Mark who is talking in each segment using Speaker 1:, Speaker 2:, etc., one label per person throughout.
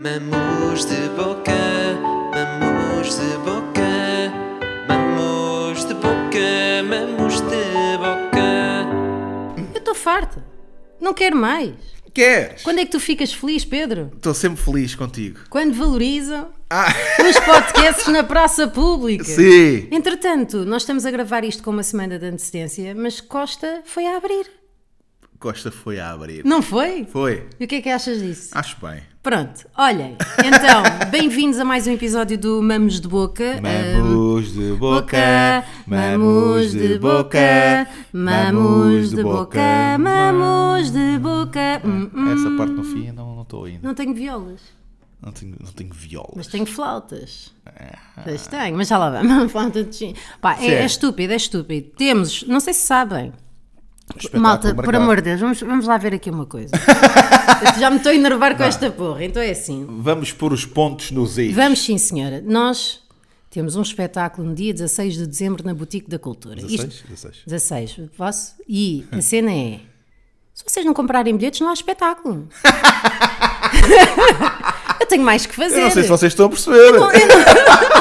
Speaker 1: Mamus de boca, mamus de boca, mamus de boca, mamus de boca.
Speaker 2: Eu estou farta. Não quero mais.
Speaker 3: Queres?
Speaker 2: Quando é que tu ficas feliz, Pedro?
Speaker 3: Estou sempre feliz contigo.
Speaker 2: Quando valorizam
Speaker 3: Ah,
Speaker 2: os podcasts na praça pública.
Speaker 3: sim!
Speaker 2: Entretanto, nós estamos a gravar isto com uma semana de antecedência, mas Costa foi a abrir.
Speaker 3: Costa foi a abrir.
Speaker 2: Não foi?
Speaker 3: Foi.
Speaker 2: E o que é que achas disso?
Speaker 3: Acho bem.
Speaker 2: Pronto, olhem. Então, bem-vindos a mais um episódio do Mamos de Boca. Ah,
Speaker 3: Mamus de boca,
Speaker 2: Mamos
Speaker 3: mamus de boca,
Speaker 2: mamos de boca, mamos de boca. Hum, hum.
Speaker 3: Essa parte no fim não não estou ainda.
Speaker 2: Não tenho violas,
Speaker 3: Não tenho, não tenho viola.
Speaker 2: mas tenho flautas. Pois tenho, mas já lá vamos. Flauta de chin. Pá, é, é
Speaker 3: É. Sim.
Speaker 2: estúpido, é estúpido. Temos, não sei se sabem.
Speaker 3: Espetáculo
Speaker 2: Malta,
Speaker 3: marcado.
Speaker 2: por amor de Deus, vamos, vamos lá ver aqui uma coisa. Eu já me estou a enervar com esta porra, então é assim.
Speaker 3: Vamos pôr os pontos nos is.
Speaker 2: Vamos sim, senhora. Nós temos um espetáculo no dia 16 de dezembro na Boutique da Cultura.
Speaker 3: 16? 16.
Speaker 2: 16, posso? E a cena é: se vocês não comprarem bilhetes, não há espetáculo. eu tenho mais que fazer.
Speaker 3: Eu não sei se vocês estão a perceber.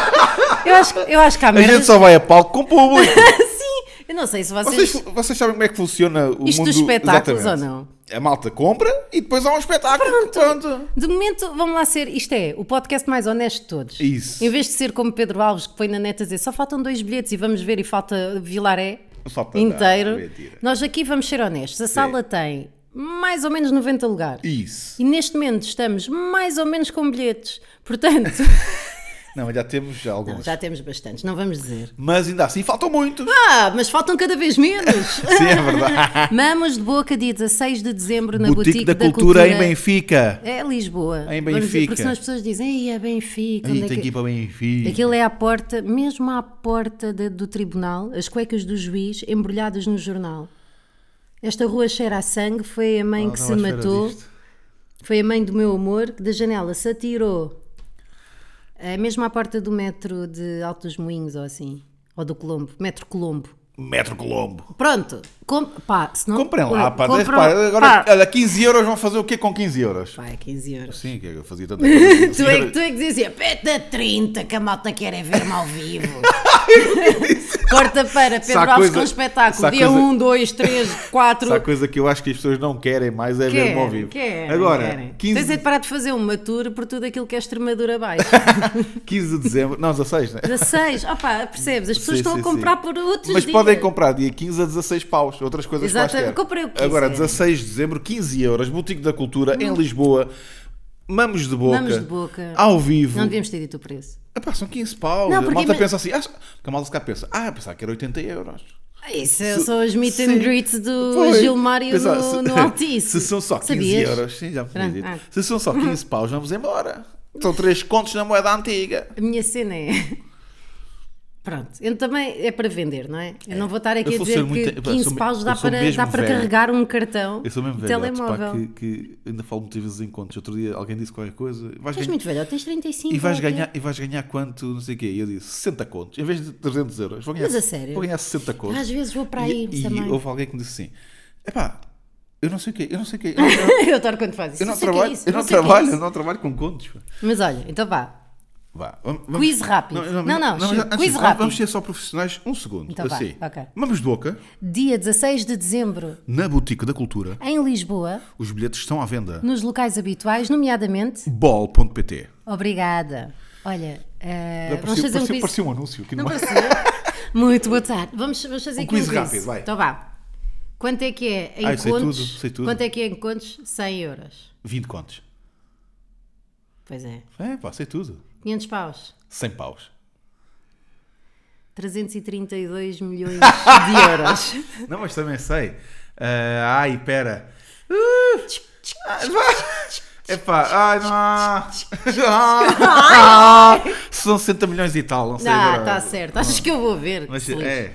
Speaker 2: Eu acho, que- eu acho que há
Speaker 3: a gente
Speaker 2: merdas-
Speaker 3: só vai a palco com público.
Speaker 2: Sim, eu não sei se vocês.
Speaker 3: Vocês, vocês sabem como é que funciona o
Speaker 2: Isto
Speaker 3: mundo
Speaker 2: dos espetáculos
Speaker 3: Exatamente.
Speaker 2: ou não?
Speaker 3: A malta compra e depois há um espetáculo. Pronto.
Speaker 2: De momento, vamos lá ser. Isto é o podcast mais honesto de todos.
Speaker 3: Isso.
Speaker 2: Em vez de ser como Pedro Alves, que foi na neta dizer só faltam dois bilhetes e vamos ver e falta Vilaré
Speaker 3: Falta nada,
Speaker 2: inteiro.
Speaker 3: mentira.
Speaker 2: Nós aqui vamos ser honestos. A sala tem mais ou menos 90 lugares.
Speaker 3: Isso.
Speaker 2: E neste momento estamos mais ou menos com bilhetes. Portanto,
Speaker 3: Não, já temos já alguns.
Speaker 2: já temos bastantes, não vamos dizer.
Speaker 3: Mas ainda assim faltam muitos.
Speaker 2: Ah, mas faltam cada vez menos.
Speaker 3: Sim, é verdade.
Speaker 2: Mamos de Boca, dia 16 de dezembro, na
Speaker 3: Boutique,
Speaker 2: Boutique,
Speaker 3: da, cultura, em Benfica.
Speaker 2: É Lisboa.
Speaker 3: Em
Speaker 2: Vamos dizer,
Speaker 3: Benfica.
Speaker 2: Porque senão as pessoas dizem, ei, é Benfica.
Speaker 3: Ih,
Speaker 2: Onde é
Speaker 3: tem que
Speaker 2: que...
Speaker 3: ir para Benfica.
Speaker 2: Aquilo é à porta, mesmo à porta de- do tribunal, as cuecas do juiz embrulhadas no jornal. Esta rua cheira a sangue, foi a mãe
Speaker 3: Ah,
Speaker 2: que
Speaker 3: não
Speaker 2: se
Speaker 3: estava à espera
Speaker 2: matou.
Speaker 3: disto.
Speaker 2: Foi a mãe do meu amor que da janela se atirou. É mesmo à porta do metro de Altos Moinhos ou assim. Ou do Colombo. Metro Colombo.
Speaker 3: Metro Colombo.
Speaker 2: Pronto. Com... Pá, se não...
Speaker 3: Comprem lá, pá.
Speaker 2: Compram-
Speaker 3: Repara, agora,
Speaker 2: Pá.
Speaker 3: olha, 15 euros vão fazer o quê com 15 euros?
Speaker 2: Pá, é 15 euros.
Speaker 3: Sim, que eu fazia tanta coisa.
Speaker 2: Tu é, que- tu é que dizia, peta 30 que a malta quer é ver-me ao vivo. Quarta-feira,
Speaker 3: Se há
Speaker 2: Pedro Alves
Speaker 3: coisa-
Speaker 2: com espetáculo.
Speaker 3: se há
Speaker 2: Dia
Speaker 3: coisa-
Speaker 2: 1, 2, 3, 4.
Speaker 3: Se há coisa que eu acho que as pessoas não querem mais é ver-me ao vivo.
Speaker 2: Quer,
Speaker 3: Agora,
Speaker 2: querem. Tens é
Speaker 3: 15,
Speaker 2: de parar de fazer uma tour por tudo aquilo que é Extremadura abaixo.
Speaker 3: 15 de dezembro. Não, 16, né?
Speaker 2: 16, opá, percebes? As pessoas
Speaker 3: Sim,
Speaker 2: estão
Speaker 3: sim,
Speaker 2: a comprar
Speaker 3: sim.
Speaker 2: por outros
Speaker 3: Mas
Speaker 2: dias.
Speaker 3: podem comprar dia 15 a 16 paus, outras coisas
Speaker 2: Exatamente,
Speaker 3: quaisquer.
Speaker 2: comprem o que
Speaker 3: Agora,
Speaker 2: quiserem.
Speaker 3: 16 de dezembro, 15 euros, Boutique da Cultura, em Lisboa, Mamos de Boca,
Speaker 2: Mamos de boca.
Speaker 3: ao vivo.
Speaker 2: Não devíamos ter dito o preço.
Speaker 3: Epá, são 15 paus.
Speaker 2: Não,
Speaker 3: a
Speaker 2: porque
Speaker 3: malta
Speaker 2: ima-
Speaker 3: pensa assim, ah, porque a malta se cá pensa, ah, pensava que era 80 euros.
Speaker 2: Ah, Isso são os meet
Speaker 3: é Sim.
Speaker 2: and greets do
Speaker 3: Pois.
Speaker 2: Gilmário
Speaker 3: Pensa,
Speaker 2: no,
Speaker 3: se-
Speaker 2: no Altice.
Speaker 3: Se são só 15
Speaker 2: Sabias?
Speaker 3: euros, sim, já me tinha
Speaker 2: Pronto,
Speaker 3: dito.
Speaker 2: ah.
Speaker 3: Se são só 15 paus, vamos embora. São 3 contos na moeda antiga.
Speaker 2: A minha cena é. Pronto, eu também é para vender, não é? Eu não vou estar aqui
Speaker 3: Eu
Speaker 2: a
Speaker 3: sou
Speaker 2: dizer que
Speaker 3: ser muito- pá,
Speaker 2: 15
Speaker 3: sou me-
Speaker 2: paus dá
Speaker 3: eu sou
Speaker 2: para,
Speaker 3: mesmo
Speaker 2: dá para
Speaker 3: velho.
Speaker 2: carregar um cartão
Speaker 3: Eu sou mesmo
Speaker 2: de
Speaker 3: velhote, pá,
Speaker 2: telemóvel.
Speaker 3: que, que ainda falo muitas vezes em contos. Outro dia alguém disse qualquer coisa.
Speaker 2: És
Speaker 3: Vais ganhar-
Speaker 2: muito velho, tens 35.
Speaker 3: e vais,
Speaker 2: ou o quê?
Speaker 3: ganhar, e vais ganhar quanto, não sei o quê. E eu disse 60 contos, em vez de 300 euros. Vou ganhar,
Speaker 2: Mas a sério?
Speaker 3: Vou ganhar 60 contos.
Speaker 2: Às vezes vou para aí
Speaker 3: e, e
Speaker 2: também.
Speaker 3: houve alguém que me disse assim, epá, eu não sei o quê, eu não sei o quê. Eu, eu-
Speaker 2: eu adoro quando fazes isso.
Speaker 3: eu não
Speaker 2: sei o que é
Speaker 3: trabalho,
Speaker 2: isso,
Speaker 3: eu não
Speaker 2: sei o que é
Speaker 3: trabalho, eu
Speaker 2: isso.
Speaker 3: não trabalho com contos. pá.
Speaker 2: Mas olha, então vá.
Speaker 3: Vá, vamos, vamos-
Speaker 2: Quiz rápido. Não, não,
Speaker 3: mas
Speaker 2: Chico,
Speaker 3: antes
Speaker 2: quiz
Speaker 3: disso,
Speaker 2: rápido.
Speaker 3: Vamos ser só profissionais um segundo.
Speaker 2: Então vá,
Speaker 3: assim.
Speaker 2: ok.
Speaker 3: Vamos de boca,
Speaker 2: Dia 16 de dezembro,
Speaker 3: na Boutique da Cultura,
Speaker 2: em Lisboa,
Speaker 3: os bilhetes estão à venda.
Speaker 2: nos locais habituais, nomeadamente.
Speaker 3: bol.pt
Speaker 2: Obrigada. Olha, eh,
Speaker 3: Já
Speaker 2: vamos Eh,
Speaker 3: Parecia,
Speaker 2: fazer um
Speaker 3: parecia,
Speaker 2: quiz.
Speaker 3: parecia um anúncio. Aqui
Speaker 2: Não
Speaker 3: no meio.
Speaker 2: parecia? Muito boa tarde. Vamos, vamos fazer
Speaker 3: Um
Speaker 2: aqui
Speaker 3: quiz
Speaker 2: um
Speaker 3: rápido, vai.
Speaker 2: Então vá. Quanto é que é em
Speaker 3: Ah, eu
Speaker 2: contos?
Speaker 3: sei tudo, sei tudo.
Speaker 2: Quanto é que é em contos? 100 euros.
Speaker 3: 20 contos.
Speaker 2: Pois é.
Speaker 3: É, pá, sei tudo.
Speaker 2: 500 paus.
Speaker 3: 100 paus.
Speaker 2: 332 milhões de euros.
Speaker 3: Não, mas também sei. Ah, ai, pera. É pá, ai, não há. Ah, São 60 milhões e tal, não sei.
Speaker 2: ah,
Speaker 3: agora.
Speaker 2: está certo. Achas que eu vou ver?
Speaker 3: Mas
Speaker 2: Que se lixe.
Speaker 3: é.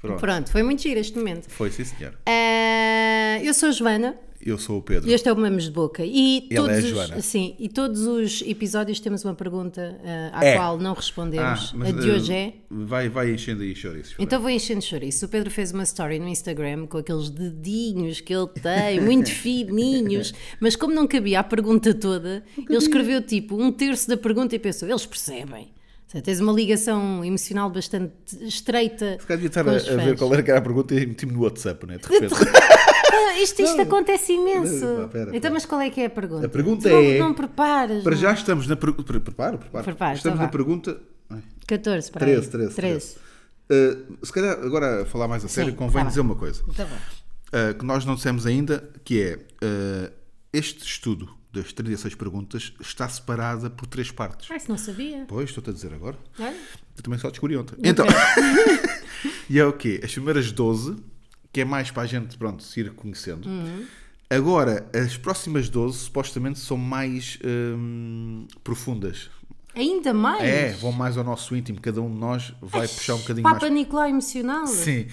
Speaker 3: Pronto.
Speaker 2: Pronto, foi muito giro este momento.
Speaker 3: Foi, sim, senhor.
Speaker 2: Ah, eu sou a Joana.
Speaker 3: Eu sou o Pedro.
Speaker 2: Este é o Mamos de Boca. E
Speaker 3: é a
Speaker 2: todos,
Speaker 3: Joana.
Speaker 2: os, sim, e todos os episódios temos uma pergunta ah, à
Speaker 3: É.
Speaker 2: qual não respondemos. a de hoje é.
Speaker 3: eh, Vai, vai enchendo aí chouriços.
Speaker 2: Então vou enchendo chouriço. O Pedro fez uma story no Instagram com aqueles dedinhos que ele tem, muito fininhos, mas como não cabia a pergunta toda, ele escreveu tipo um terço da pergunta e pensou: eles percebem. Portanto, tens uma ligação emocional bastante estreita.
Speaker 3: Se calhar devia estar
Speaker 2: com
Speaker 3: a,
Speaker 2: os
Speaker 3: a ver
Speaker 2: fãs.
Speaker 3: qual é era que era a pergunta e meti-me no WhatsApp, né? De repente.
Speaker 2: Ah, Isto, isto acontece imenso.
Speaker 3: Não, pá, pera, pera.
Speaker 2: Então, mas qual é que é a pergunta?
Speaker 3: A pergunta
Speaker 2: Tu não-
Speaker 3: é-
Speaker 2: Não preparas.
Speaker 3: Para
Speaker 2: não.
Speaker 3: já estamos na pergunta. Prepara, prepara.
Speaker 2: Prepara, então
Speaker 3: estamos na
Speaker 2: vá.
Speaker 3: pergunta. Ai,
Speaker 2: 14, para
Speaker 3: 13,
Speaker 2: 13.
Speaker 3: 13. 13. Eh, se calhar, agora a falar mais a sério,
Speaker 2: Sim,
Speaker 3: convém
Speaker 2: tá
Speaker 3: dizer
Speaker 2: bem.
Speaker 3: uma coisa
Speaker 2: Tá bom.
Speaker 3: eh, que nós não dissemos ainda, que é eh, este estudo das 36 perguntas está separada por três partes.
Speaker 2: Ah, isso não sabia.
Speaker 3: Pois, estou-te a dizer agora.
Speaker 2: Olha.
Speaker 3: Eu também só descobri ontem. Então, e é o quê? As primeiras 12, que é mais para a gente pronto, se ir conhecendo. Agora, as próximas 12 supostamente são mais hum, profundas.
Speaker 2: Ainda mais?
Speaker 3: É, vão mais ao nosso íntimo, cada um de nós vai puxar um bocadinho
Speaker 2: Papa
Speaker 3: mais.
Speaker 2: Nicolau emocional?
Speaker 3: Sim.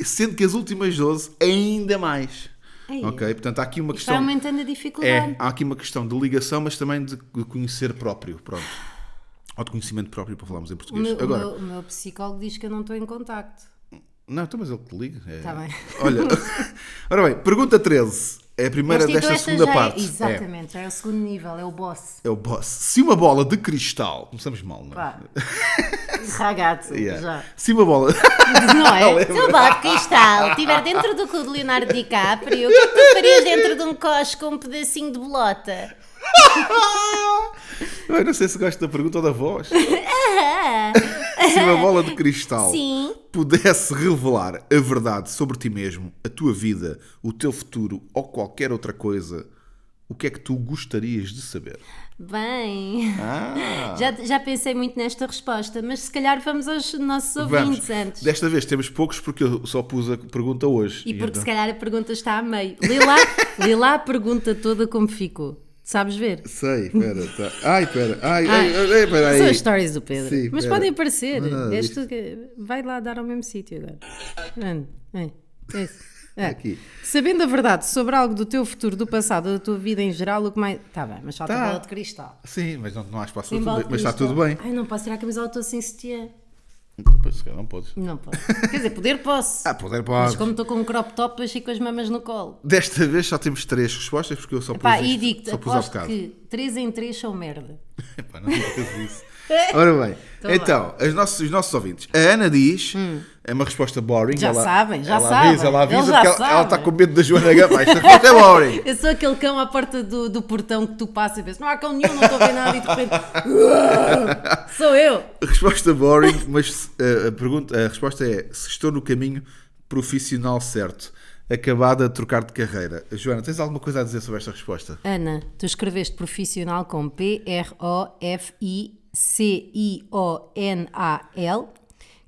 Speaker 3: Sendo que as últimas 12 ainda mais.
Speaker 2: Ai,
Speaker 3: ok, portanto há aqui uma
Speaker 2: Está
Speaker 3: questão.
Speaker 2: aumentando a
Speaker 3: É,
Speaker 2: dificuldade.
Speaker 3: há aqui uma questão de ligação, mas também de de conhecer próprio, pronto. Ou de conhecimento próprio, para falarmos em
Speaker 2: O
Speaker 3: português.
Speaker 2: meu, o
Speaker 3: É, Agora,
Speaker 2: meu- o meu psicólogo diz que eu não estou em contacto.
Speaker 3: não, então, mas ele te liga. é.
Speaker 2: Tá bem.
Speaker 3: Olha, ora bem, pergunta 13. É a primeira
Speaker 2: Mas, então,
Speaker 3: desta
Speaker 2: esta
Speaker 3: segunda
Speaker 2: já
Speaker 3: parte.
Speaker 2: É,
Speaker 3: É.
Speaker 2: exatamente, já é o segundo nível, é o boss.
Speaker 3: É o boss. Se uma bola de cristal. Começamos mal, não é?
Speaker 2: Pá. Ragazzo,
Speaker 3: Yeah.
Speaker 2: já.
Speaker 3: Se uma bola.
Speaker 2: Não é?
Speaker 3: Lembra?
Speaker 2: Se o bote cristal estiver dentro do cu de Leonardo DiCaprio, o que é que tu farias dentro de um cosco com um pedacinho de bolota?
Speaker 3: Eu não sei se gosto da pergunta ou da voz. se uma bola de cristal
Speaker 2: Sim.
Speaker 3: pudesse revelar a verdade sobre ti mesmo, a tua vida, o teu futuro ou qualquer outra coisa, o que é que tu gostarias de saber?
Speaker 2: Bem,
Speaker 3: Ah,
Speaker 2: já, já pensei muito nesta resposta, mas se calhar vamos aos nossos ouvintes antes.
Speaker 3: Desta vez temos poucos porque eu só pus a pergunta hoje.
Speaker 2: E porque
Speaker 3: então-
Speaker 2: se calhar a pergunta está a meio. Lê lá, lê lá a pergunta toda como ficou. Sabes ver?
Speaker 3: Sei, pera, tá. Ai, pera, ai,
Speaker 2: Ai.
Speaker 3: ai, ai, ai, pera aí.
Speaker 2: São as stories do Pedro.
Speaker 3: Sim,
Speaker 2: Mas
Speaker 3: pera.
Speaker 2: podem aparecer.
Speaker 3: Não é nada
Speaker 2: És
Speaker 3: disto.
Speaker 2: tu que- Vai lá dar ao mesmo sítio agora. Pronto. É. É isso. É.
Speaker 3: Aqui.
Speaker 2: Sabendo a verdade sobre algo do teu futuro, do passado, ou da tua vida em geral, o que mais. Tá bem, mas falta
Speaker 3: Tá.
Speaker 2: bola de cristal.
Speaker 3: Sim, mas não, não há espaço
Speaker 2: Tem
Speaker 3: para
Speaker 2: bola
Speaker 3: tudo,
Speaker 2: de
Speaker 3: mas está
Speaker 2: cristal.
Speaker 3: tudo bem.
Speaker 2: Ai, não posso tirar a camisola, estou sem sutiã.
Speaker 3: Pois, se calhar não podes.
Speaker 2: Não posso. Quer dizer, poder posso.
Speaker 3: Ah, poder
Speaker 2: mas
Speaker 3: podes.
Speaker 2: como estou com um crop top, achei com as mamas no colo.
Speaker 3: Desta vez só temos três respostas porque eu só pus
Speaker 2: Pá,
Speaker 3: isto,
Speaker 2: e digo-te,
Speaker 3: é, só pus ao
Speaker 2: aposto
Speaker 3: bocado.
Speaker 2: que 3 em 3 são merda.
Speaker 3: Epá, não digas isso. Ora bem, então, as nossos, os nossos ouvintes. A Ana diz, é uma resposta boring.
Speaker 2: Hum. Já
Speaker 3: ela,
Speaker 2: sabem, já
Speaker 3: ela
Speaker 2: sabem.
Speaker 3: Avisa, ela avisa
Speaker 2: Eles já
Speaker 3: porque ela, ela
Speaker 2: sabem.
Speaker 3: está com medo da Joana Gama. Esta resposta é boring.
Speaker 2: Eu sou aquele cão à porta do, do portão que tu passas e pensas, não há cão nenhum, não estou a ver nada e de repente. "Uau, sou eu!
Speaker 3: Resposta é boring, mas se- a, a pergunta, a resposta é se estou no caminho profissional certo, acabada de trocar de carreira. Joana, tens alguma coisa a dizer sobre esta resposta?
Speaker 2: Ana, tu escreveste profissional com P-R-O-F-I-C-I-O-N-A-L.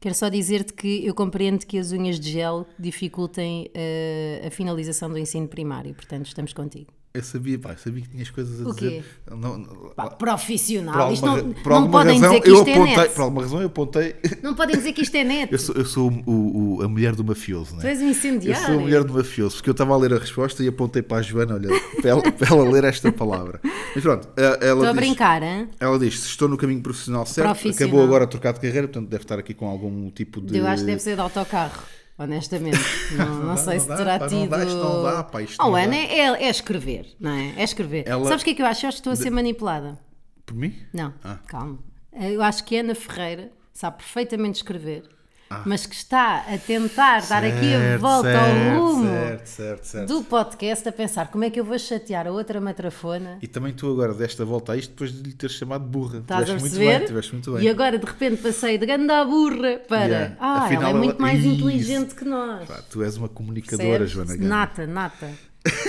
Speaker 2: Quero só dizer-te que eu compreendo que as unhas de gel dificultem eh, a finalização do ensino primário, portanto estamos contigo.
Speaker 3: Eu sabia, pá, eu sabia que tinhas coisas a
Speaker 2: O quê?
Speaker 3: dizer. Não- não-
Speaker 2: Pá, profissional,
Speaker 3: por
Speaker 2: isto
Speaker 3: alguma,
Speaker 2: não,
Speaker 3: ra- por
Speaker 2: não
Speaker 3: alguma
Speaker 2: podem
Speaker 3: razão,
Speaker 2: dizer que
Speaker 3: eu
Speaker 2: isto
Speaker 3: apontei,
Speaker 2: é net.
Speaker 3: por alguma razão eu apontei.
Speaker 2: Não podem dizer que isto é net.
Speaker 3: Eu sou, eu sou o- o- a mulher do mafioso, né?
Speaker 2: Tu és um
Speaker 3: Eu
Speaker 2: incendiário.
Speaker 3: sou a mulher do mafioso, porque eu estava a ler a resposta e apontei para a Joana, olha, para ela, para ela ler esta palavra. Mas pronto, eh, ela
Speaker 2: Estou a
Speaker 3: diz,
Speaker 2: brincar, hein?
Speaker 3: Ela diz, se estou no caminho profissional certo,
Speaker 2: Profissional.
Speaker 3: acabou agora a trocar de carreira, portanto deve estar aqui com algum tipo de...
Speaker 2: Eu acho que deve ser de autocarro, honestamente. Não, não
Speaker 3: dá,
Speaker 2: sei
Speaker 3: não
Speaker 2: se
Speaker 3: dá,
Speaker 2: terá
Speaker 3: pá, não
Speaker 2: tido.
Speaker 3: dá, isto não dá, pá, isto
Speaker 2: oh,
Speaker 3: não
Speaker 2: Ana,
Speaker 3: dá.
Speaker 2: é, é escrever, não é? É escrever.
Speaker 3: Ela-
Speaker 2: Sabes o que é que eu acho? Eu acho que estou a ser manipulada.
Speaker 3: Por mim?
Speaker 2: Não,
Speaker 3: Ah.
Speaker 2: calma. Eh, Eu acho que Ana Ferreira sabe perfeitamente escrever, mas que está a tentar dar aqui a
Speaker 3: Ah. Certo,
Speaker 2: volta
Speaker 3: certo,
Speaker 2: ao rumo
Speaker 3: Certo, certo, certo.
Speaker 2: do podcast a pensar como é que eu vou chatear a outra matrafona.
Speaker 3: E também tu agora deste a volta a isto depois de lhe teres chamado burra.
Speaker 2: Estás a
Speaker 3: Tiveste muito
Speaker 2: perceber?
Speaker 3: bem, tiveste muito bem.
Speaker 2: E agora de repente passei de ganda à burra para.
Speaker 3: Yeah.
Speaker 2: Ah,
Speaker 3: Afinal,
Speaker 2: ela é
Speaker 3: ela-
Speaker 2: muito mais
Speaker 3: Isso.
Speaker 2: inteligente que nós.
Speaker 3: Pá, tu és uma comunicadora,
Speaker 2: Percebes?
Speaker 3: Joana Gama.
Speaker 2: Nata, nata.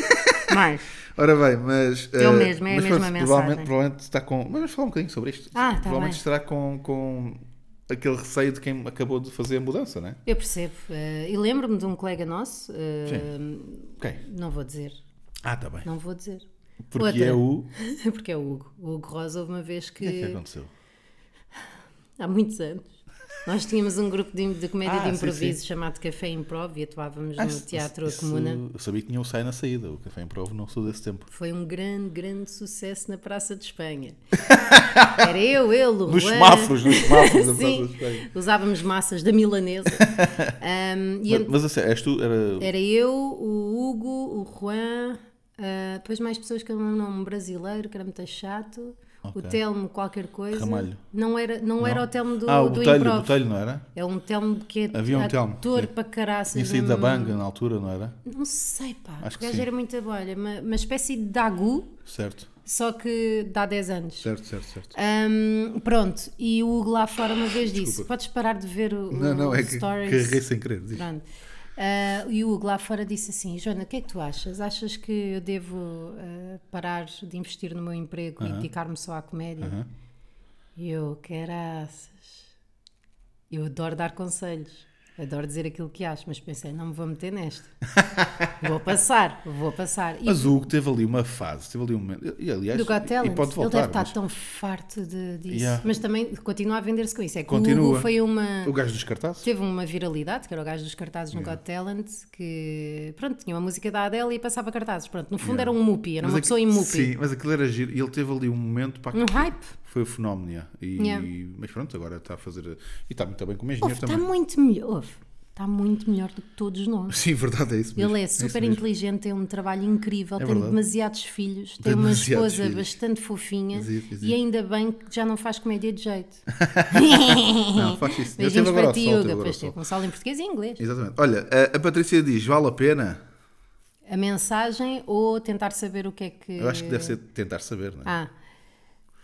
Speaker 2: Mais.
Speaker 3: Ora bem, mas.
Speaker 2: É o
Speaker 3: eh,
Speaker 2: mesmo, é a
Speaker 3: mas
Speaker 2: mesma mensagem.
Speaker 3: Provavelmente, provavelmente está com. Mas vamos falar um bocadinho sobre isto.
Speaker 2: Ah, tá
Speaker 3: provavelmente
Speaker 2: bem.
Speaker 3: estará com, com aquele receio de quem acabou de fazer a mudança, não é?
Speaker 2: Eu percebo. eh, e lembro-me de um colega nosso, eh,
Speaker 3: Ok.
Speaker 2: não vou dizer,
Speaker 3: Ah, tá bem.
Speaker 2: não vou dizer.
Speaker 3: Porque
Speaker 2: Outra.
Speaker 3: é o.
Speaker 2: Porque é o Hugo. O Hugo Rosa, houve uma vez
Speaker 3: O que é que
Speaker 2: que.
Speaker 3: aconteceu?
Speaker 2: Há muitos anos. Nós tínhamos um grupo de, de comédia
Speaker 3: Ah,
Speaker 2: de
Speaker 3: sim,
Speaker 2: improviso
Speaker 3: sim.
Speaker 2: chamado Café Improv e atuávamos
Speaker 3: Ah,
Speaker 2: no
Speaker 3: isso-
Speaker 2: um Teatro
Speaker 3: isso-
Speaker 2: A Comuna.
Speaker 3: Eu sabia que tinha o sai na saída, o café em prova não sou desse tempo.
Speaker 2: Foi um grande, grande sucesso na Praça de Espanha. Era eu, ele, o
Speaker 3: Nos
Speaker 2: Juan.
Speaker 3: semáforos, nos semáforos da Praça
Speaker 2: Sim,
Speaker 3: de Espanha.
Speaker 2: usávamos massas da milanesa. Ahm, e
Speaker 3: Mas, mas a sério, és tu? Era...
Speaker 2: Era eu, o Hugo, o Juan, ah, depois mais pessoas que eu não lembro, um brasileiro, que era muito chato,
Speaker 3: Ok.
Speaker 2: o Telmo qualquer coisa.
Speaker 3: Ramalho.
Speaker 2: Não era, não era o Telmo do,
Speaker 3: ah, o
Speaker 2: do
Speaker 3: botelho,
Speaker 2: Improv.
Speaker 3: o botelho, não era?
Speaker 2: É um Telmo que é
Speaker 3: Havia um Telmo,
Speaker 2: ator
Speaker 3: sim.
Speaker 2: para caraças.
Speaker 3: Tinha saído da
Speaker 2: um-
Speaker 3: banga na altura, não era?
Speaker 2: Não sei, pá.
Speaker 3: Acho
Speaker 2: o
Speaker 3: que
Speaker 2: gajo
Speaker 3: sim.
Speaker 2: era muito bolha, uma, uma espécie de Dagu,
Speaker 3: Certo,
Speaker 2: só que dá 10 anos.
Speaker 3: certo, certo,
Speaker 2: Ah,
Speaker 3: certo.
Speaker 2: Ahm, pronto, e o Hugo lá fora uma vez disse:
Speaker 3: Desculpa.
Speaker 2: Podes parar de ver o,
Speaker 3: não, não,
Speaker 2: o
Speaker 3: é que
Speaker 2: stories.
Speaker 3: carreguei sem querer. diz.
Speaker 2: Pronto. Ah, e o Hugo lá fora disse assim: Joana, o que é que tu achas? Achas que eu devo ah, parar de investir no meu emprego e dedicar-me só à comédia?
Speaker 3: Aham.
Speaker 2: E eu, caraças, eu adoro dar conselhos, adoro dizer aquilo que acho, mas pensei: não me vou meter nesta, vou passar, vou passar. E
Speaker 3: Mas o Hugo teve ali uma fase, teve ali um momento. E, aliás,
Speaker 2: do Got Talent,
Speaker 3: e pode
Speaker 2: ele
Speaker 3: voltar.
Speaker 2: deve estar
Speaker 3: mas
Speaker 2: tão farto de, disso,
Speaker 3: Yeah.
Speaker 2: mas também continua a vender-se com isso. É que o Hugo
Speaker 3: Continua.
Speaker 2: foi uma.
Speaker 3: O gajo dos cartazes?
Speaker 2: Teve uma viralidade, que era o gajo dos cartazes no God Got Talent, que pronto, tinha uma música da Adele e passava cartazes. Pronto, no fundo era um mupi, era uma
Speaker 3: aqui-
Speaker 2: pessoa em mupi.
Speaker 3: é Sim, mas aquilo era giro. E ele teve ali um momento para
Speaker 2: Um hype.
Speaker 3: Foi o fenómeno. yeah. E,
Speaker 2: Yeah.
Speaker 3: Mas pronto, agora está a fazer. E está muito bem como
Speaker 2: Ouve, tá
Speaker 3: engenheiro
Speaker 2: está
Speaker 3: também.
Speaker 2: muito melhor. ouve, Está muito melhor do que todos nós.
Speaker 3: Sim, verdade, é isso mesmo.
Speaker 2: Ele é
Speaker 3: isso
Speaker 2: super
Speaker 3: mesmo. É
Speaker 2: inteligente, tem um trabalho incrível, tem
Speaker 3: verdade.
Speaker 2: demasiados filhos, tem uma
Speaker 3: Demasiados
Speaker 2: esposa
Speaker 3: filhos.
Speaker 2: bastante fofinha
Speaker 3: Existe, existe.
Speaker 2: e ainda bem que já não faz comédia de jeito.
Speaker 3: Não, faz isso. Eu
Speaker 2: Beijinhos
Speaker 3: teve agora
Speaker 2: para
Speaker 3: o
Speaker 2: ti,
Speaker 3: sol, teve
Speaker 2: Hugo.
Speaker 3: agora o
Speaker 2: Pois
Speaker 3: sol.
Speaker 2: teve, Gonçalo em português e em inglês.
Speaker 3: Exatamente. Olha, a, a Patrícia diz: vale a pena?
Speaker 2: A mensagem ou tentar saber o que é que.
Speaker 3: Eu acho que deve ser tentar saber, não é?
Speaker 2: Ah.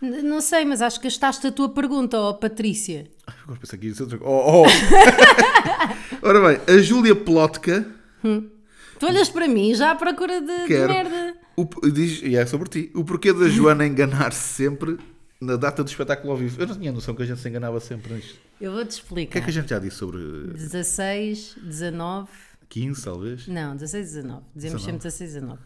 Speaker 2: N- Não sei, mas acho que gastaste a tua pergunta, ó Patrícia.
Speaker 3: Agora pensei que ia dizer outra coisa. Oh, oh! Ora bem, a Júlia Plotka
Speaker 2: Tu olhas para mim já à procura de, de
Speaker 3: quer.
Speaker 2: merda.
Speaker 3: o p- diz, e é sobre ti, o porquê da Joana enganar-se sempre na data do espetáculo ao vivo. Eu não tinha noção que a gente se enganava sempre nisto.
Speaker 2: Eu vou-te
Speaker 3: O que é
Speaker 2: explicar.
Speaker 3: que a gente já disse sobre eh,
Speaker 2: 16, 19.
Speaker 3: 15, talvez?
Speaker 2: Não, 16, 19. Dizemos
Speaker 3: 19.
Speaker 2: sempre 16, 19.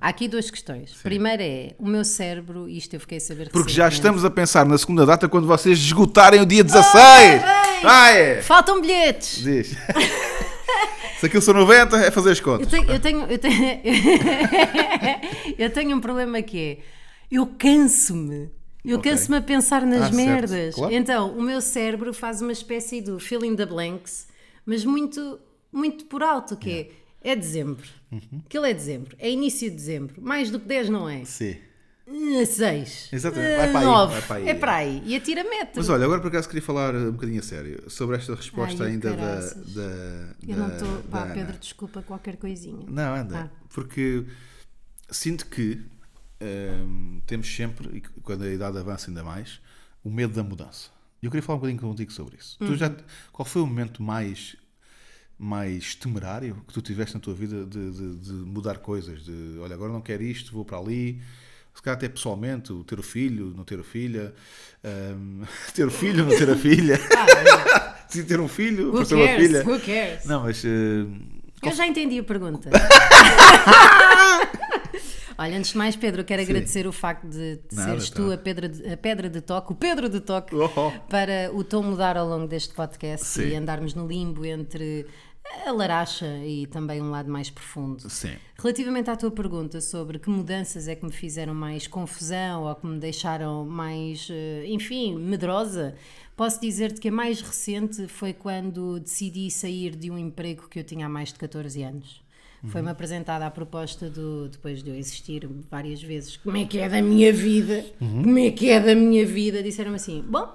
Speaker 2: Há aqui duas questões. Primeira é o meu cérebro, isto eu fiquei a saber
Speaker 3: Porque já
Speaker 2: recentemente.
Speaker 3: estamos a pensar na segunda data quando vocês esgotarem o dia 16.
Speaker 2: bem!
Speaker 3: Ah, é!
Speaker 2: Faltam bilhetes!
Speaker 3: Diz. Se aquilo são 90, é fazer as
Speaker 2: Eu
Speaker 3: contas.
Speaker 2: tenho, eu tenho, eu tenho, eu tenho um problema que é, eu canso-me. Eu
Speaker 3: Ok.
Speaker 2: canso-me a pensar nas
Speaker 3: Ah, certo,
Speaker 2: merdas.
Speaker 3: claro.
Speaker 2: Então, o meu cérebro faz uma espécie do fill in the blanks, mas muito, muito por alto, que é, é dezembro.
Speaker 3: Uhum.
Speaker 2: Aquilo é dezembro, é início de dezembro. Mais do que 10 não é? Eh,
Speaker 3: Sim.
Speaker 2: 6.
Speaker 3: Exatamente, vai para aí, vai para aí.
Speaker 2: É para aí. E atira metro.
Speaker 3: Mas olha, agora por acaso queria falar um bocadinho a sério sobre esta resposta
Speaker 2: Ai, eu
Speaker 3: ainda da,
Speaker 2: caraças.
Speaker 3: da.
Speaker 2: eu não
Speaker 3: da-
Speaker 2: estou.
Speaker 3: da
Speaker 2: Pá,
Speaker 3: Ana.
Speaker 2: Pedro, desculpa qualquer coisinha.
Speaker 3: eh, Não, anda.
Speaker 2: Ah.
Speaker 3: Porque sinto que hum, temos sempre, e que quando a idade avança ainda mais, o medo da mudança. E Eu queria falar um bocadinho contigo sobre isso.
Speaker 2: Hum.
Speaker 3: Tu já, qual foi o momento mais, mais temerário que tu tiveste na tua vida de, de- de mudar coisas? De, olha, agora não quero isto, vou para ali. Se calhar até pessoalmente, o ter o filho, não ter o filha, hum, ter o filho, não ter a filha, se ter um filho,
Speaker 2: Ah, Who
Speaker 3: para ter uma
Speaker 2: cares?
Speaker 3: filha.
Speaker 2: Who cares?
Speaker 3: Não, mas hum,
Speaker 2: Eu já entendi a pergunta. Olha, antes de mais, Pedro, eu quero agradecer o facto de, de
Speaker 3: Nada,
Speaker 2: seres
Speaker 3: tá.
Speaker 2: tu a, pedra de, a pedra de toque, o Pedro de toque,
Speaker 3: Oh, oh.
Speaker 2: para o tom mudar ao longo deste podcast
Speaker 3: Sim.
Speaker 2: e andarmos no limbo entre a laracha e também um lado mais profundo.
Speaker 3: sim.
Speaker 2: Relativamente à tua pergunta sobre que mudanças é que me fizeram mais confusão ou que me deixaram mais, eh, enfim, medrosa, posso dizer-te que a mais recente foi quando decidi sair de um emprego que eu tinha há mais de 14 anos. Foi-me
Speaker 3: Uhum.
Speaker 2: apresentada a proposta do, depois de eu insistir várias vezes, como é que é da minha vida,
Speaker 3: Uhum.
Speaker 2: como é que é da minha vida, disseram-me assim, bom,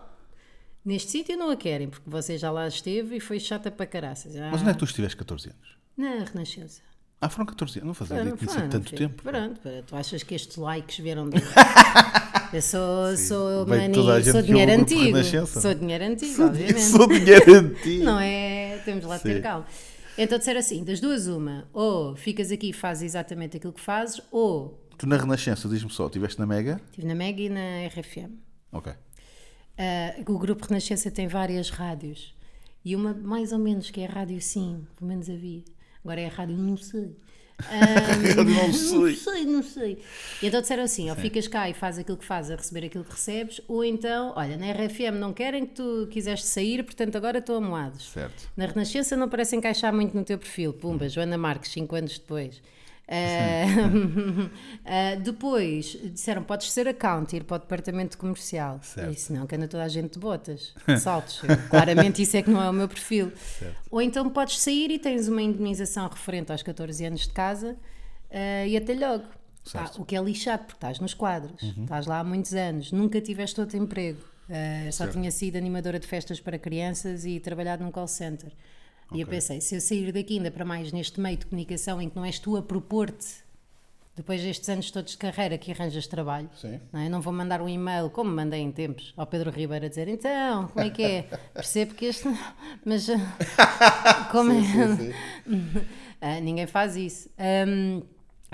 Speaker 2: neste sítio não a querem, porque você já lá esteve e foi chata para caraças. Ah,
Speaker 3: Mas não é que tu estiveste 14 anos?
Speaker 2: Na Renascença.
Speaker 3: Ah, foram 14 anos. Não fazia
Speaker 2: Pá,
Speaker 3: ideia
Speaker 2: não
Speaker 3: que tinha
Speaker 2: foi,
Speaker 3: sido
Speaker 2: não
Speaker 3: tanto
Speaker 2: foi.
Speaker 3: tempo.
Speaker 2: Pronto, pá, tu achas que estes likes vieram de. Eu sou, sou
Speaker 3: Bem,
Speaker 2: mani,
Speaker 3: toda a gente
Speaker 2: sou
Speaker 3: viu o
Speaker 2: dinheiro
Speaker 3: grupo
Speaker 2: antigo.
Speaker 3: Renascença.
Speaker 2: Sou dinheiro antigo, obviamente.
Speaker 3: Sou dinheiro antigo.
Speaker 2: Não é? Temos lá de ter
Speaker 3: Sim.
Speaker 2: calma. Então disseram assim: das duas, uma, ou ficas aqui e fazes exatamente aquilo que fazes, ou
Speaker 3: Tu na Renascença, diz-me só, estiveste na Mega?
Speaker 2: estive na Mega e na RFM.
Speaker 3: Ok.
Speaker 2: Ah, o Grupo Renascença tem várias rádios e uma mais ou menos que é a Rádio Sim, pelo menos havia. Agora é a Rádio Não Sei. Ah,
Speaker 3: Eu não
Speaker 2: Não
Speaker 3: sei.
Speaker 2: sei, não sei. E então disseram assim: ou ficas cá e fazes aquilo que fazes, a receber aquilo que recebes, ou então, olha, na RFM não querem que tu quiseste sair, portanto agora estou amoados.
Speaker 3: Certo. Uhum.
Speaker 2: Na Renascença não parece encaixar muito no teu perfil. Pumba, Joana Marques, 5 anos depois. Ah, ah, depois disseram: podes ser account, ir para o departamento comercial.
Speaker 3: Certo.
Speaker 2: Isso não, que anda toda a gente de botas, de saltos. Claramente isso é que não é o meu perfil. Ou então podes sair e tens uma indemnização referente aos 14 anos de casa ah, e até logo. Pá, o que é lixado, porque estás nos quadros, estás lá há muitos anos, nunca tiveste outro emprego. Ah, só tinha sido animadora de festas para crianças e trabalhado num call center. E eu pensei, se eu sair daqui ainda para mais neste meio de comunicação em que não és tu a propor-te depois destes anos todos de carreira que arranjas trabalho,
Speaker 3: Sim.
Speaker 2: não, é? não vou mandar um e-mail, como mandei em tempos, ao Pedro Ribeiro a dizer, então, como é que é? Percebo que este. Mas. ah, Como é? Ah, ninguém faz isso. Ahm,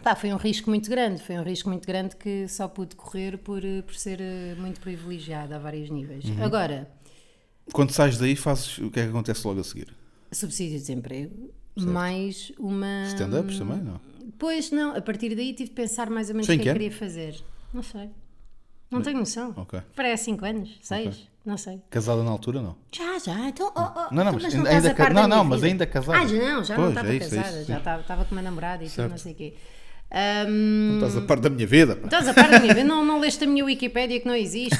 Speaker 2: pá, foi um risco muito grande, foi um risco muito grande que só pude correr por, eh, por ser eh, muito privilegiada a vários níveis. Agora,
Speaker 3: Quando sais daí, fazes o que é que acontece logo a seguir?
Speaker 2: subsídio de desemprego, mais uma.
Speaker 3: Stand-ups também? Não.
Speaker 2: Pois não, a partir daí tive de pensar mais ou menos o
Speaker 3: Sem
Speaker 2: que é que
Speaker 3: quem?
Speaker 2: queria fazer. Não sei. Não tenho noção.
Speaker 3: Ok.
Speaker 2: Parece 5 anos, 6,
Speaker 3: Ok.
Speaker 2: não sei.
Speaker 3: Casada na altura, não.
Speaker 2: Já, já, então. oh, oh,
Speaker 3: Não, não,
Speaker 2: então, não
Speaker 3: mas ainda-
Speaker 2: estás
Speaker 3: ainda
Speaker 2: a
Speaker 3: ca-
Speaker 2: par da
Speaker 3: não,
Speaker 2: minha
Speaker 3: não, mas
Speaker 2: vida.
Speaker 3: ainda casada.
Speaker 2: Ah, já não, já não
Speaker 3: Pois,
Speaker 2: estava
Speaker 3: é isso, é
Speaker 2: casada,
Speaker 3: isso,
Speaker 2: já
Speaker 3: sim.
Speaker 2: estava, estava com uma namorada e tudo, não
Speaker 3: Certo.
Speaker 2: sei o quê. Ahm, então,
Speaker 3: Estás a par da minha vida. pá.
Speaker 2: Estás a par da minha vida, não, não leste a minha Wikipédia que não existe.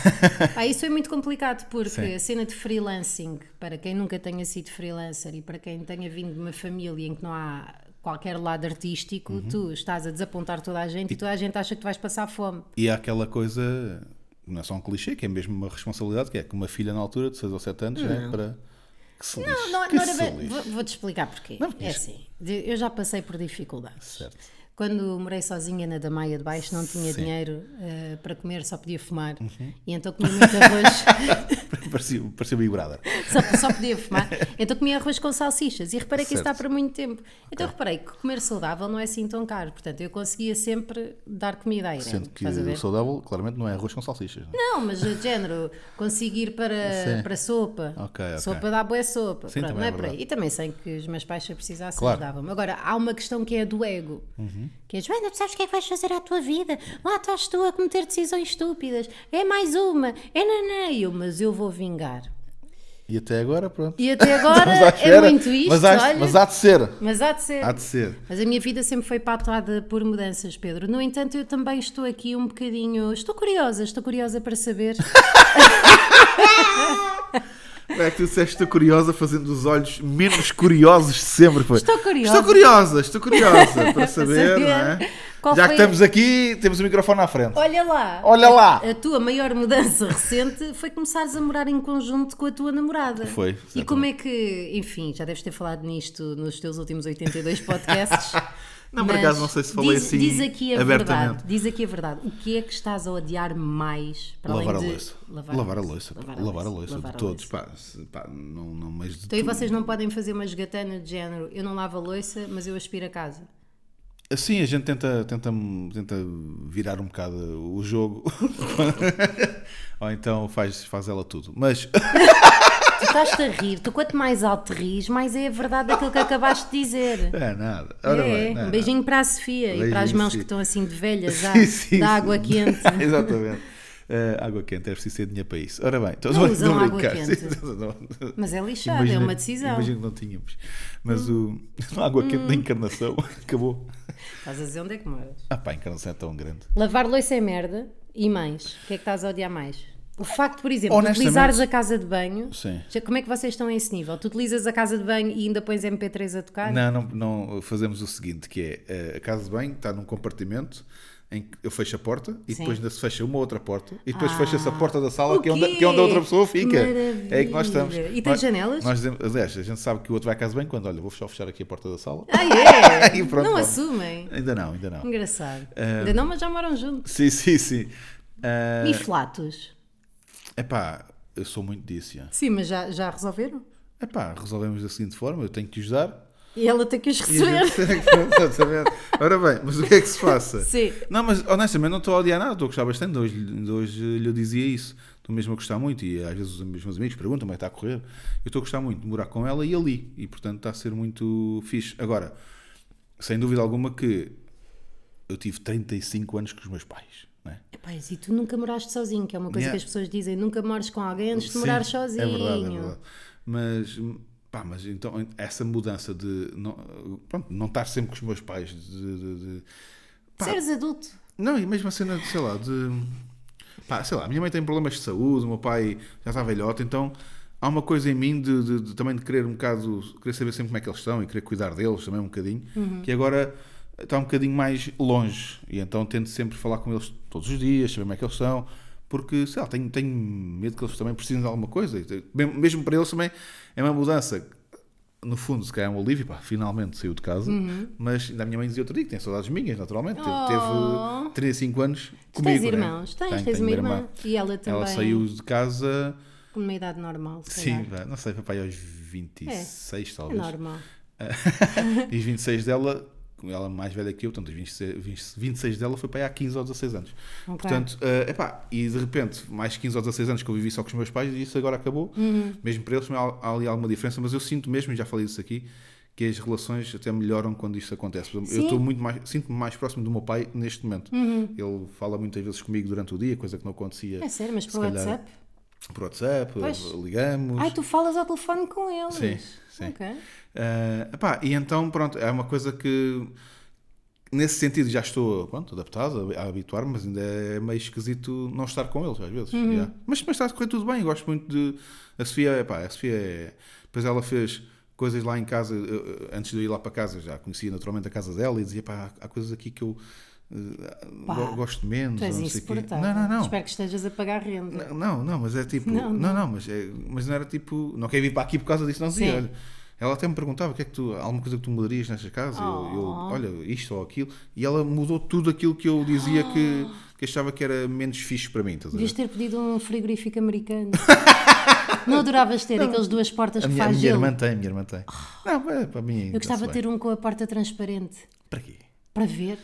Speaker 2: Ah, isso é muito complicado porque
Speaker 3: Sim.
Speaker 2: a cena de freelancing, para quem nunca tenha sido freelancer e para quem tenha vindo de uma família em que não há qualquer lado artístico,
Speaker 3: Uhum.
Speaker 2: tu estás a desapontar toda a gente e toda a gente acha que tu vais passar fome.
Speaker 3: E há aquela coisa, não é só um clichê, que é mesmo uma responsabilidade, que é que uma filha na altura de 6 ou 7 anos já é para. Que se lixe,
Speaker 2: Não, não,
Speaker 3: que
Speaker 2: não era
Speaker 3: se
Speaker 2: bem-
Speaker 3: lixe.
Speaker 2: vou- Vou-te explicar porquê.
Speaker 3: Não, porque
Speaker 2: é
Speaker 3: isso-
Speaker 2: assim, de- eu já passei por dificuldades.
Speaker 3: Certo.
Speaker 2: Quando morei sozinha na Damaia de Baixo, não tinha
Speaker 3: Sim. Uhum.
Speaker 2: dinheiro eh, para comer, só podia fumar. E então comia muito arroz.
Speaker 3: parecia, parecia Big Brother.
Speaker 2: só, só podia fumar. Então comia arroz com salsichas e reparei que isso
Speaker 3: Certo.
Speaker 2: está para muito tempo. Então reparei que comer saudável não é assim tão caro. Portanto, eu conseguia sempre dar comida à Irene.
Speaker 3: Sendo que
Speaker 2: É, estás a
Speaker 3: o
Speaker 2: ver?
Speaker 3: saudável, claramente, não é arroz com salsichas. Não, é?
Speaker 2: Não, mas de género, conseguir para,
Speaker 3: Sim.
Speaker 2: para sopa.
Speaker 3: Ok, ok.
Speaker 2: Sopa dá boa sopa.
Speaker 3: Sim,
Speaker 2: Pronto,
Speaker 3: também
Speaker 2: não
Speaker 3: é
Speaker 2: é por aí.
Speaker 3: verdade.
Speaker 2: E também sei que os meus pais se eu precisasse
Speaker 3: Claro. Uhum.
Speaker 2: ajudavam-me. Agora, há uma questão que é a do ego. Que é, Joana, tu sabes o que é que vais fazer à tua vida? Lá estás tu a cometer decisões estúpidas. É mais uma. É nanã. E eu, mas eu vou vingar.
Speaker 3: E até agora, pronto.
Speaker 2: E até agora
Speaker 3: Estamos à
Speaker 2: é
Speaker 3: espera,
Speaker 2: muito isto,
Speaker 3: mas há,
Speaker 2: olha.
Speaker 3: mas há de ser.
Speaker 2: Mas há de ser.
Speaker 3: Há de ser.
Speaker 2: Mas a minha vida sempre foi pautada por mudanças, Pedro. No entanto, eu também estou aqui um bocadinho. Estou curiosa, estou curiosa para saber.
Speaker 3: É que tu disseste estou curiosa fazendo os olhos menos curiosos de sempre. Foi.
Speaker 2: Estou curiosa.
Speaker 3: Estou curiosa, estou curiosa para saber,
Speaker 2: saber
Speaker 3: não é?
Speaker 2: qual
Speaker 3: Já que
Speaker 2: foi-
Speaker 3: estamos aqui, temos o microfone à frente.
Speaker 2: Olha lá!
Speaker 3: Olha lá.
Speaker 2: A, a tua maior mudança recente foi começares a morar em conjunto com a tua namorada.
Speaker 3: Foi,
Speaker 2: E
Speaker 3: certamente.
Speaker 2: como é que. Enfim, já deves ter falado nisto nos teus últimos 82 podcasts.
Speaker 3: Não, por
Speaker 2: mas
Speaker 3: acaso, não sei se falei
Speaker 2: diz,
Speaker 3: assim
Speaker 2: Diz aqui a verdade.
Speaker 3: abertamente.
Speaker 2: Diz aqui a verdade. O que é que estás a odiar mais para
Speaker 3: Lavar a
Speaker 2: além de.
Speaker 3: louça. Lavar a louça. pá. Lavar a louça de todos. Pá, se- pá, não, não, mas de
Speaker 2: Então aí
Speaker 3: tudo.
Speaker 2: vocês não podem fazer uma jogatana de género. Eu não lavo a louça, mas eu aspiro a casa.
Speaker 3: Assim, a gente tenta, tenta, tenta virar um bocado o jogo. Ou então faz, faz ela tudo. Mas
Speaker 2: Tu estás-te a rir. Tu quanto mais alto rires, mais é a verdade daquilo que acabaste de dizer.
Speaker 3: é nada.
Speaker 2: É,
Speaker 3: Ora bem,
Speaker 2: é.
Speaker 3: não é
Speaker 2: um beijinho para a Sofia e
Speaker 3: Beijinho,
Speaker 2: para as mãos
Speaker 3: sim.
Speaker 2: que estão assim de velhas já,
Speaker 3: Sim, sim,
Speaker 2: da
Speaker 3: sim.
Speaker 2: água quente.
Speaker 3: Exatamente. Eh, água quente, é preciso ter dinheiro para isso. Ora bem, então
Speaker 2: Não usam
Speaker 3: estou a
Speaker 2: água
Speaker 3: brincar.
Speaker 2: quente.
Speaker 3: Sim, não-
Speaker 2: Mas é lixado, é
Speaker 3: Imagina-
Speaker 2: uma decisão. Hum.
Speaker 3: Imagino que não tínhamos. Mas o, a água quente da encarnação acabou.
Speaker 2: Estás a dizer onde é que moras?
Speaker 3: Ah pá, a encarnação é tão grande.
Speaker 2: Lavar louça é merda e mães. O que é que estás a odiar mais? O facto, por exemplo, de
Speaker 3: Honestamente-
Speaker 2: utilizares a casa de banho.
Speaker 3: Sim.
Speaker 2: Já- Como é que vocês estão a esse nível? Tu utilizas a casa de banho e ainda pões MP3 a tocar?
Speaker 3: Não, não, não, fazemos o seguinte, que é eh, a casa de banho está num compartimento em que eu fecho a porta e
Speaker 2: Sim.
Speaker 3: depois ainda se fecha uma outra porta e depois
Speaker 2: Ah.
Speaker 3: fecha-se a porta da
Speaker 2: O
Speaker 3: sala que é, onde,
Speaker 2: quê?
Speaker 3: que é onde a outra pessoa fica.
Speaker 2: Maravilha.
Speaker 3: É aí que nós estamos.
Speaker 2: E tem
Speaker 3: Nós-
Speaker 2: janelas?
Speaker 3: Nós, dizemos- aliás, a gente sabe que o outro vai à casa de banho quando, olha, vou só fechar aqui a porta da sala.
Speaker 2: Ah, é?
Speaker 3: E pronto, É.
Speaker 2: não
Speaker 3: vamos.
Speaker 2: assumem.
Speaker 3: Ainda não, ainda não.
Speaker 2: Engraçado. Ainda não, mas já moram juntos.
Speaker 3: Sim, sim, sim. Ah,
Speaker 2: E flatos?
Speaker 3: Epá, eu sou muito disso. já.
Speaker 2: Sim, mas já, já resolveram?
Speaker 3: Epá, resolvemos da seguinte forma, eu tenho que te ajudar.
Speaker 2: E ela tem que os
Speaker 3: E a
Speaker 2: receber.
Speaker 3: gente- Exatamente. Ora bem, mas o que é que se faça?
Speaker 2: Sim.
Speaker 3: Não, mas honestamente não estou a odiar nada, estou a gostar bastante, hoje, hoje lhe dizia isso. Estou mesmo a gostar muito e às vezes os meus amigos perguntam como é que está a correr. Eu estou a gostar muito de morar com ela e ali, e portanto está a ser muito fixe. Agora, sem dúvida alguma que eu tive 35 anos com os meus pais. Não é?
Speaker 2: Rapaz, e tu nunca moraste sozinho, que é uma coisa
Speaker 3: Yeah.
Speaker 2: que as pessoas dizem, nunca mores com alguém antes de
Speaker 3: Sim,
Speaker 2: morar
Speaker 3: É
Speaker 2: sozinho.
Speaker 3: verdade, é verdade. Mas, pá, mas então essa mudança de não, pronto, não estar sempre com os meus pais, de, de- de- pá,
Speaker 2: Seres adulto.
Speaker 3: não, e mesmo a cena de, sei lá, de. Pá, sei lá, a minha mãe tem problemas de saúde, o meu pai já está velhote, então há uma coisa em mim de, de- de- também de querer um bocado, querer saber sempre como é que eles estão e querer cuidar deles também um bocadinho, que agora está um bocadinho mais longe e então tento sempre falar com eles todos os dias, saber como é que eles estão, porque sei lá, tenho, tenho medo que eles também precisem de alguma coisa, e mesmo- mesmo para eles também é uma mudança. No fundo, se calhar é um alívio, pá, finalmente saiu de casa, mas ainda a minha mãe dizia outro dia que tem saudades minhas, naturalmente, teve-
Speaker 2: Oh.
Speaker 3: teve 35 anos
Speaker 2: Tu tens
Speaker 3: comigo. né?
Speaker 2: irmãos, tens,
Speaker 3: Tenho,
Speaker 2: tens
Speaker 3: tenho
Speaker 2: uma irmã. E ela também.
Speaker 3: Ela saiu de casa,
Speaker 2: Com uma idade normal, se
Speaker 3: sim,
Speaker 2: calhar.
Speaker 3: vá, não sei, papai aos 26
Speaker 2: É
Speaker 3: talvez.
Speaker 2: normal.
Speaker 3: e os 26 dela, como ela é mais velha que eu, portanto, os 26, 20 26 dela foi para aí há 15 ou 16 anos.
Speaker 2: Ok.
Speaker 3: Portanto, eh, epá, e de repente, mais 15 ou 16 anos que eu vivi só com os meus pais e isso agora acabou.
Speaker 2: Uhum.
Speaker 3: Mesmo para eles, também há, há ali alguma diferença, mas eu sinto mesmo, e já falei disso aqui, que as relações até melhoram quando isto acontece. Por exemplo, Eu
Speaker 2: Sim. Uhum.
Speaker 3: estou muito mais, sinto-me mais próximo do meu pai neste momento. Ele fala muitas vezes comigo durante o dia, coisa que não acontecia
Speaker 2: É sério, mas
Speaker 3: Se
Speaker 2: para o
Speaker 3: calhar-
Speaker 2: WhatsApp?
Speaker 3: por WhatsApp,
Speaker 2: Pois.
Speaker 3: ligamos.
Speaker 2: Ai, tu falas ao telefone com eles.
Speaker 3: Sim, sim.
Speaker 2: Ok.
Speaker 3: Ah, epá, e então, pronto, é uma coisa que nesse sentido já estou pronto, adaptado a, a habituar-me, mas ainda é meio esquisito não estar com eles às vezes.
Speaker 2: Uhum.
Speaker 3: yeah. Mas, mas está a correr tudo bem, eu gosto muito de. A Sofia, epá, a Sofia é. Depois ela fez coisas lá em casa, eu- eu- antes de eu ir lá para casa, já conhecia naturalmente a casa dela e dizia, pá, há coisas aqui que eu. eh,
Speaker 2: Pá,
Speaker 3: go- gosto menos,
Speaker 2: Tu és
Speaker 3: ou não sei o quê.
Speaker 2: insuportável.
Speaker 3: Não, não, não.
Speaker 2: Espero que estejas a pagar renda.
Speaker 3: Não, Não, não, mas é tipo.
Speaker 2: Não,
Speaker 3: Não, não, mas, é- mas não era tipo. Não quer vir para aqui por causa disso, não dizia.
Speaker 2: Sim.
Speaker 3: Olha, ela até me perguntava o que é que tu. há Alguma coisa que tu mudarias nesta casa? Eu- Eu,
Speaker 2: Oh.
Speaker 3: olha, isto ou aquilo. E ela mudou tudo aquilo que eu dizia que,
Speaker 2: Oh.
Speaker 3: que achava que era menos fixe para mim. Estás a ver?
Speaker 2: Devias ter pedido um frigorífico americano. não adoravas ter aquelas duas portas
Speaker 3: A
Speaker 2: que
Speaker 3: minha, a
Speaker 2: faz
Speaker 3: minha
Speaker 2: gelo.
Speaker 3: irmã tem, a minha irmã tem. Não, é, para mim.
Speaker 2: Eu gostava de ter um com a porta transparente.
Speaker 3: Para quê?
Speaker 2: Para ver.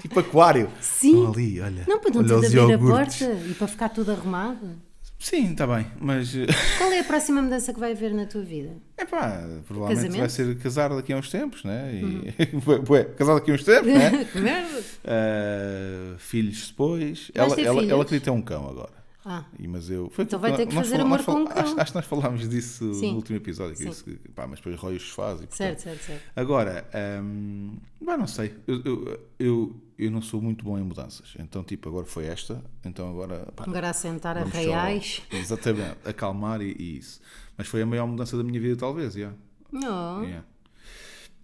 Speaker 3: Tipo aquário.
Speaker 2: Sim.
Speaker 3: Estão ali, olha.
Speaker 2: Não, para não
Speaker 3: olha
Speaker 2: ter de
Speaker 3: os
Speaker 2: abrir
Speaker 3: iogurtes.
Speaker 2: a porta e para ficar tudo arrumado.
Speaker 3: Sim, está bem, mas. eh,
Speaker 2: Qual é a próxima mudança que vai haver na tua vida?
Speaker 3: É pá, provavelmente
Speaker 2: Casamento?
Speaker 3: vai ser casar daqui a uns tempos, né? E...
Speaker 2: Uhum.
Speaker 3: Bué, bué, casar daqui a uns tempos, né?
Speaker 2: Que merda!
Speaker 3: Uh, filhos depois.
Speaker 2: Vais
Speaker 3: Ela,
Speaker 2: ter
Speaker 3: ela,
Speaker 2: filhos?
Speaker 3: ela queria ter um cão agora.
Speaker 2: Ah,
Speaker 3: E, mas eu. foi
Speaker 2: Então
Speaker 3: aquilo
Speaker 2: vai ter que
Speaker 3: nós
Speaker 2: fazer
Speaker 3: fala-
Speaker 2: amor
Speaker 3: nós
Speaker 2: com um
Speaker 3: fala- acho,
Speaker 2: cão.
Speaker 3: acho que nós falámos disso
Speaker 2: Sim.
Speaker 3: no último episódio. Que
Speaker 2: Sim.
Speaker 3: disse que, pá, mas depois rói os faz e portanto-
Speaker 2: certo, certo, certo.
Speaker 3: Agora, hum, bah, não sei. Eu, eu, eu, eu não sou muito bom em mudanças. Então, tipo, agora foi esta. Então agora. pá,
Speaker 2: Agora a sentar a
Speaker 3: vamos só-
Speaker 2: reais.
Speaker 3: Exatamente. Acalmar e, e isso. Mas foi a maior mudança da minha vida, talvez. Yeah.
Speaker 2: Não.
Speaker 3: Yeah. É.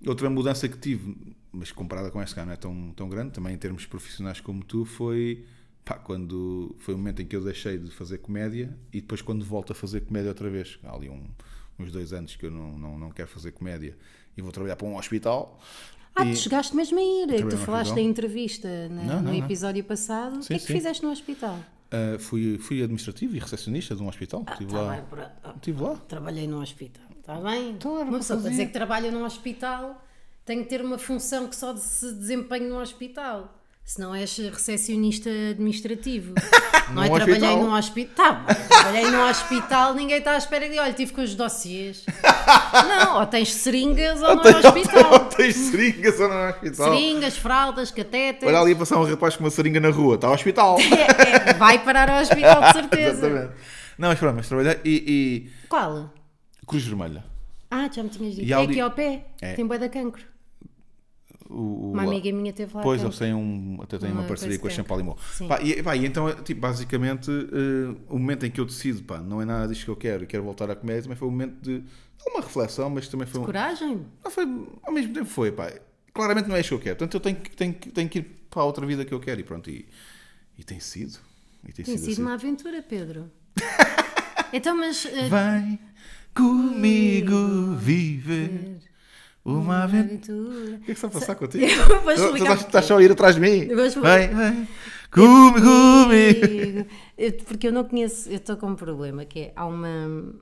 Speaker 3: Outra mudança que tive, mas comparada com esta, cá não é tão, tão grande, também em termos profissionais como tu, foi pá, quando foi o momento em que eu deixei de fazer comédia e depois quando volto a fazer comédia outra vez. Há ali um- uns dois anos que eu não, não, não quero fazer comédia e vou trabalhar para um hospital.
Speaker 2: Ah,
Speaker 3: E-
Speaker 2: tu chegaste mesmo a ir. é que
Speaker 3: Trabalhei
Speaker 2: Tu
Speaker 3: no
Speaker 2: falaste
Speaker 3: hospital.
Speaker 2: da entrevista na-
Speaker 3: Não, não,
Speaker 2: no
Speaker 3: não.
Speaker 2: episódio passado. o que é
Speaker 3: Sim,
Speaker 2: que
Speaker 3: sim.
Speaker 2: fizeste no hospital?
Speaker 3: ah, fui, fui administrativo e recepcionista de um hospital. Estive
Speaker 2: Tá
Speaker 3: lá.
Speaker 2: bem, pronto. Ah,
Speaker 3: Estive lá.
Speaker 2: Trabalhei num hospital, está bem?
Speaker 3: Então era
Speaker 2: uma
Speaker 3: uma
Speaker 2: pessoa para
Speaker 3: coisinha.
Speaker 2: dizer que trabalha num hospital tem que ter uma função que só de- se desempenha no hospital. Senão és recepcionista administrativo. Não é
Speaker 3: Num
Speaker 2: trabalhei
Speaker 3: hospital.
Speaker 2: num hospital. Tá, bem, trabalhei num hospital, ninguém está à espera de. Olha, tive com os dossiers. Não, ou tens seringas ou não é hospital.
Speaker 3: Tens seringas ou não é hospital?
Speaker 2: Seringas, fraldas, catetas.
Speaker 3: Olha ali a passar um rapaz com uma seringa na rua, está ao hospital.
Speaker 2: É, é, vai parar ao hospital, de certeza.
Speaker 3: Exatamente. Não, mas pronto, mas trabalhei e,
Speaker 2: Qual?
Speaker 3: e Cruz Vermelha.
Speaker 2: Ah, já me tinhas dito.
Speaker 3: E
Speaker 2: é
Speaker 3: ali-
Speaker 2: aqui ao pé.
Speaker 3: É.
Speaker 2: Tem boi da cancro.
Speaker 3: O, o-
Speaker 2: Uma amiga minha teve lá.
Speaker 3: Pois,
Speaker 2: cancro.
Speaker 3: eles têm um, até têm uma,
Speaker 2: Uma
Speaker 3: parceria com a
Speaker 2: coisa
Speaker 3: Champalimau.
Speaker 2: Ah, Sim.
Speaker 3: Pá, e, pá, e então, tipo, basicamente, eh, o momento em que eu decido, pá, não é nada disto que eu quero, eu quero voltar à comédia, também foi um momento de uma reflexão, mas também foi um,
Speaker 2: Coragem?
Speaker 3: Não foi, ao mesmo tempo foi, pá. Claramente não é isso que eu quero. Portanto, eu tenho que, tenho, que- tenho que ir para a outra vida que eu quero e pronto. E, e tem sido. E tem,
Speaker 2: Tem
Speaker 3: sido,
Speaker 2: sido uma aventura, Pedro. então, mas. eh,
Speaker 3: assim. Vem comigo viver uma aventura.
Speaker 2: aventura.
Speaker 3: O que é que está a passar contigo?
Speaker 2: Eu vou
Speaker 3: Tu- tu
Speaker 2: explicar
Speaker 3: estás- Estás só a ir atrás de mim?
Speaker 2: Eu vou explicar.
Speaker 3: Vem, vem. Come, come.
Speaker 2: Comigo. Eu- eh, Porque eu não conheço. Eu estou com um problema que é. Há uma.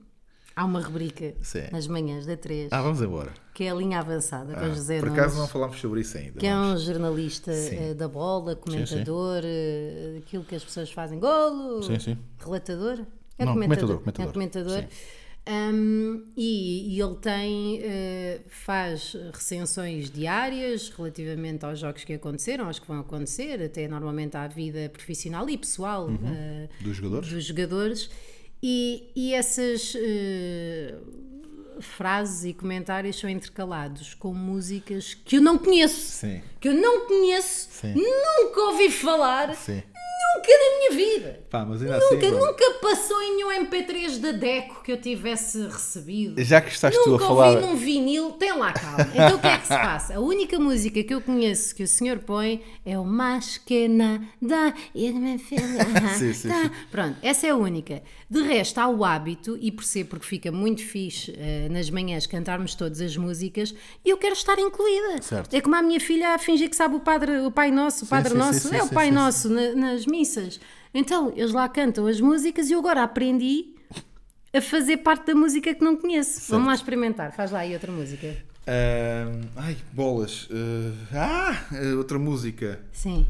Speaker 2: Há uma rubrica
Speaker 3: Sim.
Speaker 2: nas manhãs da 3
Speaker 3: Ah, vamos embora.
Speaker 2: que é a linha avançada com
Speaker 3: Ah,
Speaker 2: José
Speaker 3: por
Speaker 2: Nunes.
Speaker 3: acaso não falámos sobre isso ainda.
Speaker 2: é? Que é
Speaker 3: vamos.
Speaker 2: um jornalista eh, da bola, comentador, eh, aquilo que as pessoas fazem, golo,
Speaker 3: Sim, sim.
Speaker 2: relatador? É
Speaker 3: Não,
Speaker 2: comentador.
Speaker 3: comentador,
Speaker 2: É um comentador. Um, e, e ele tem, eh, faz recensões diárias relativamente aos jogos que aconteceram, aos que vão acontecer, até normalmente à vida profissional e pessoal
Speaker 3: Uhum.
Speaker 2: eh,
Speaker 3: Dos jogadores?
Speaker 2: dos jogadores. E, e essas eh, frases e comentários são intercalados com músicas que eu não conheço.
Speaker 4: Sim.
Speaker 2: Que eu não conheço,
Speaker 4: Sim.
Speaker 2: nunca ouvi falar,
Speaker 4: Sim.
Speaker 2: nunca na minha vida.
Speaker 4: Pá, mas ainda
Speaker 2: Nunca,
Speaker 4: assim. pronto.
Speaker 2: nunca passou em nenhum MP3 da Deco que eu tivesse recebido.
Speaker 4: Já que estás tu a
Speaker 2: Nunca ouvi
Speaker 4: falar.
Speaker 2: num vinil, tem lá calma. Então o que é que se passa? A única música que eu conheço que o senhor põe é o Mas que nada, irmã filha.
Speaker 4: Sim, sim,
Speaker 2: tá.
Speaker 4: sim.
Speaker 2: Pronto, essa é a única. De resto, há o hábito, e por ser porque fica muito fixe eh, nas manhãs cantarmos todas as músicas, e eu quero estar incluída.
Speaker 4: Certo.
Speaker 2: É como a minha filha a fingir que sabe o Padre, o Pai Nosso, o Padre
Speaker 4: sim, sim,
Speaker 2: Nosso,
Speaker 4: sim,
Speaker 2: é o
Speaker 4: sim,
Speaker 2: Pai
Speaker 4: sim,
Speaker 2: Nosso na- nas missas. Então, eles lá cantam as músicas e eu agora aprendi a fazer parte da música que não conheço. Vamos lá experimentar. Faz lá aí outra música.
Speaker 3: Ahm, ai, bolas. eh, ah, eh, outra música.
Speaker 2: Sim.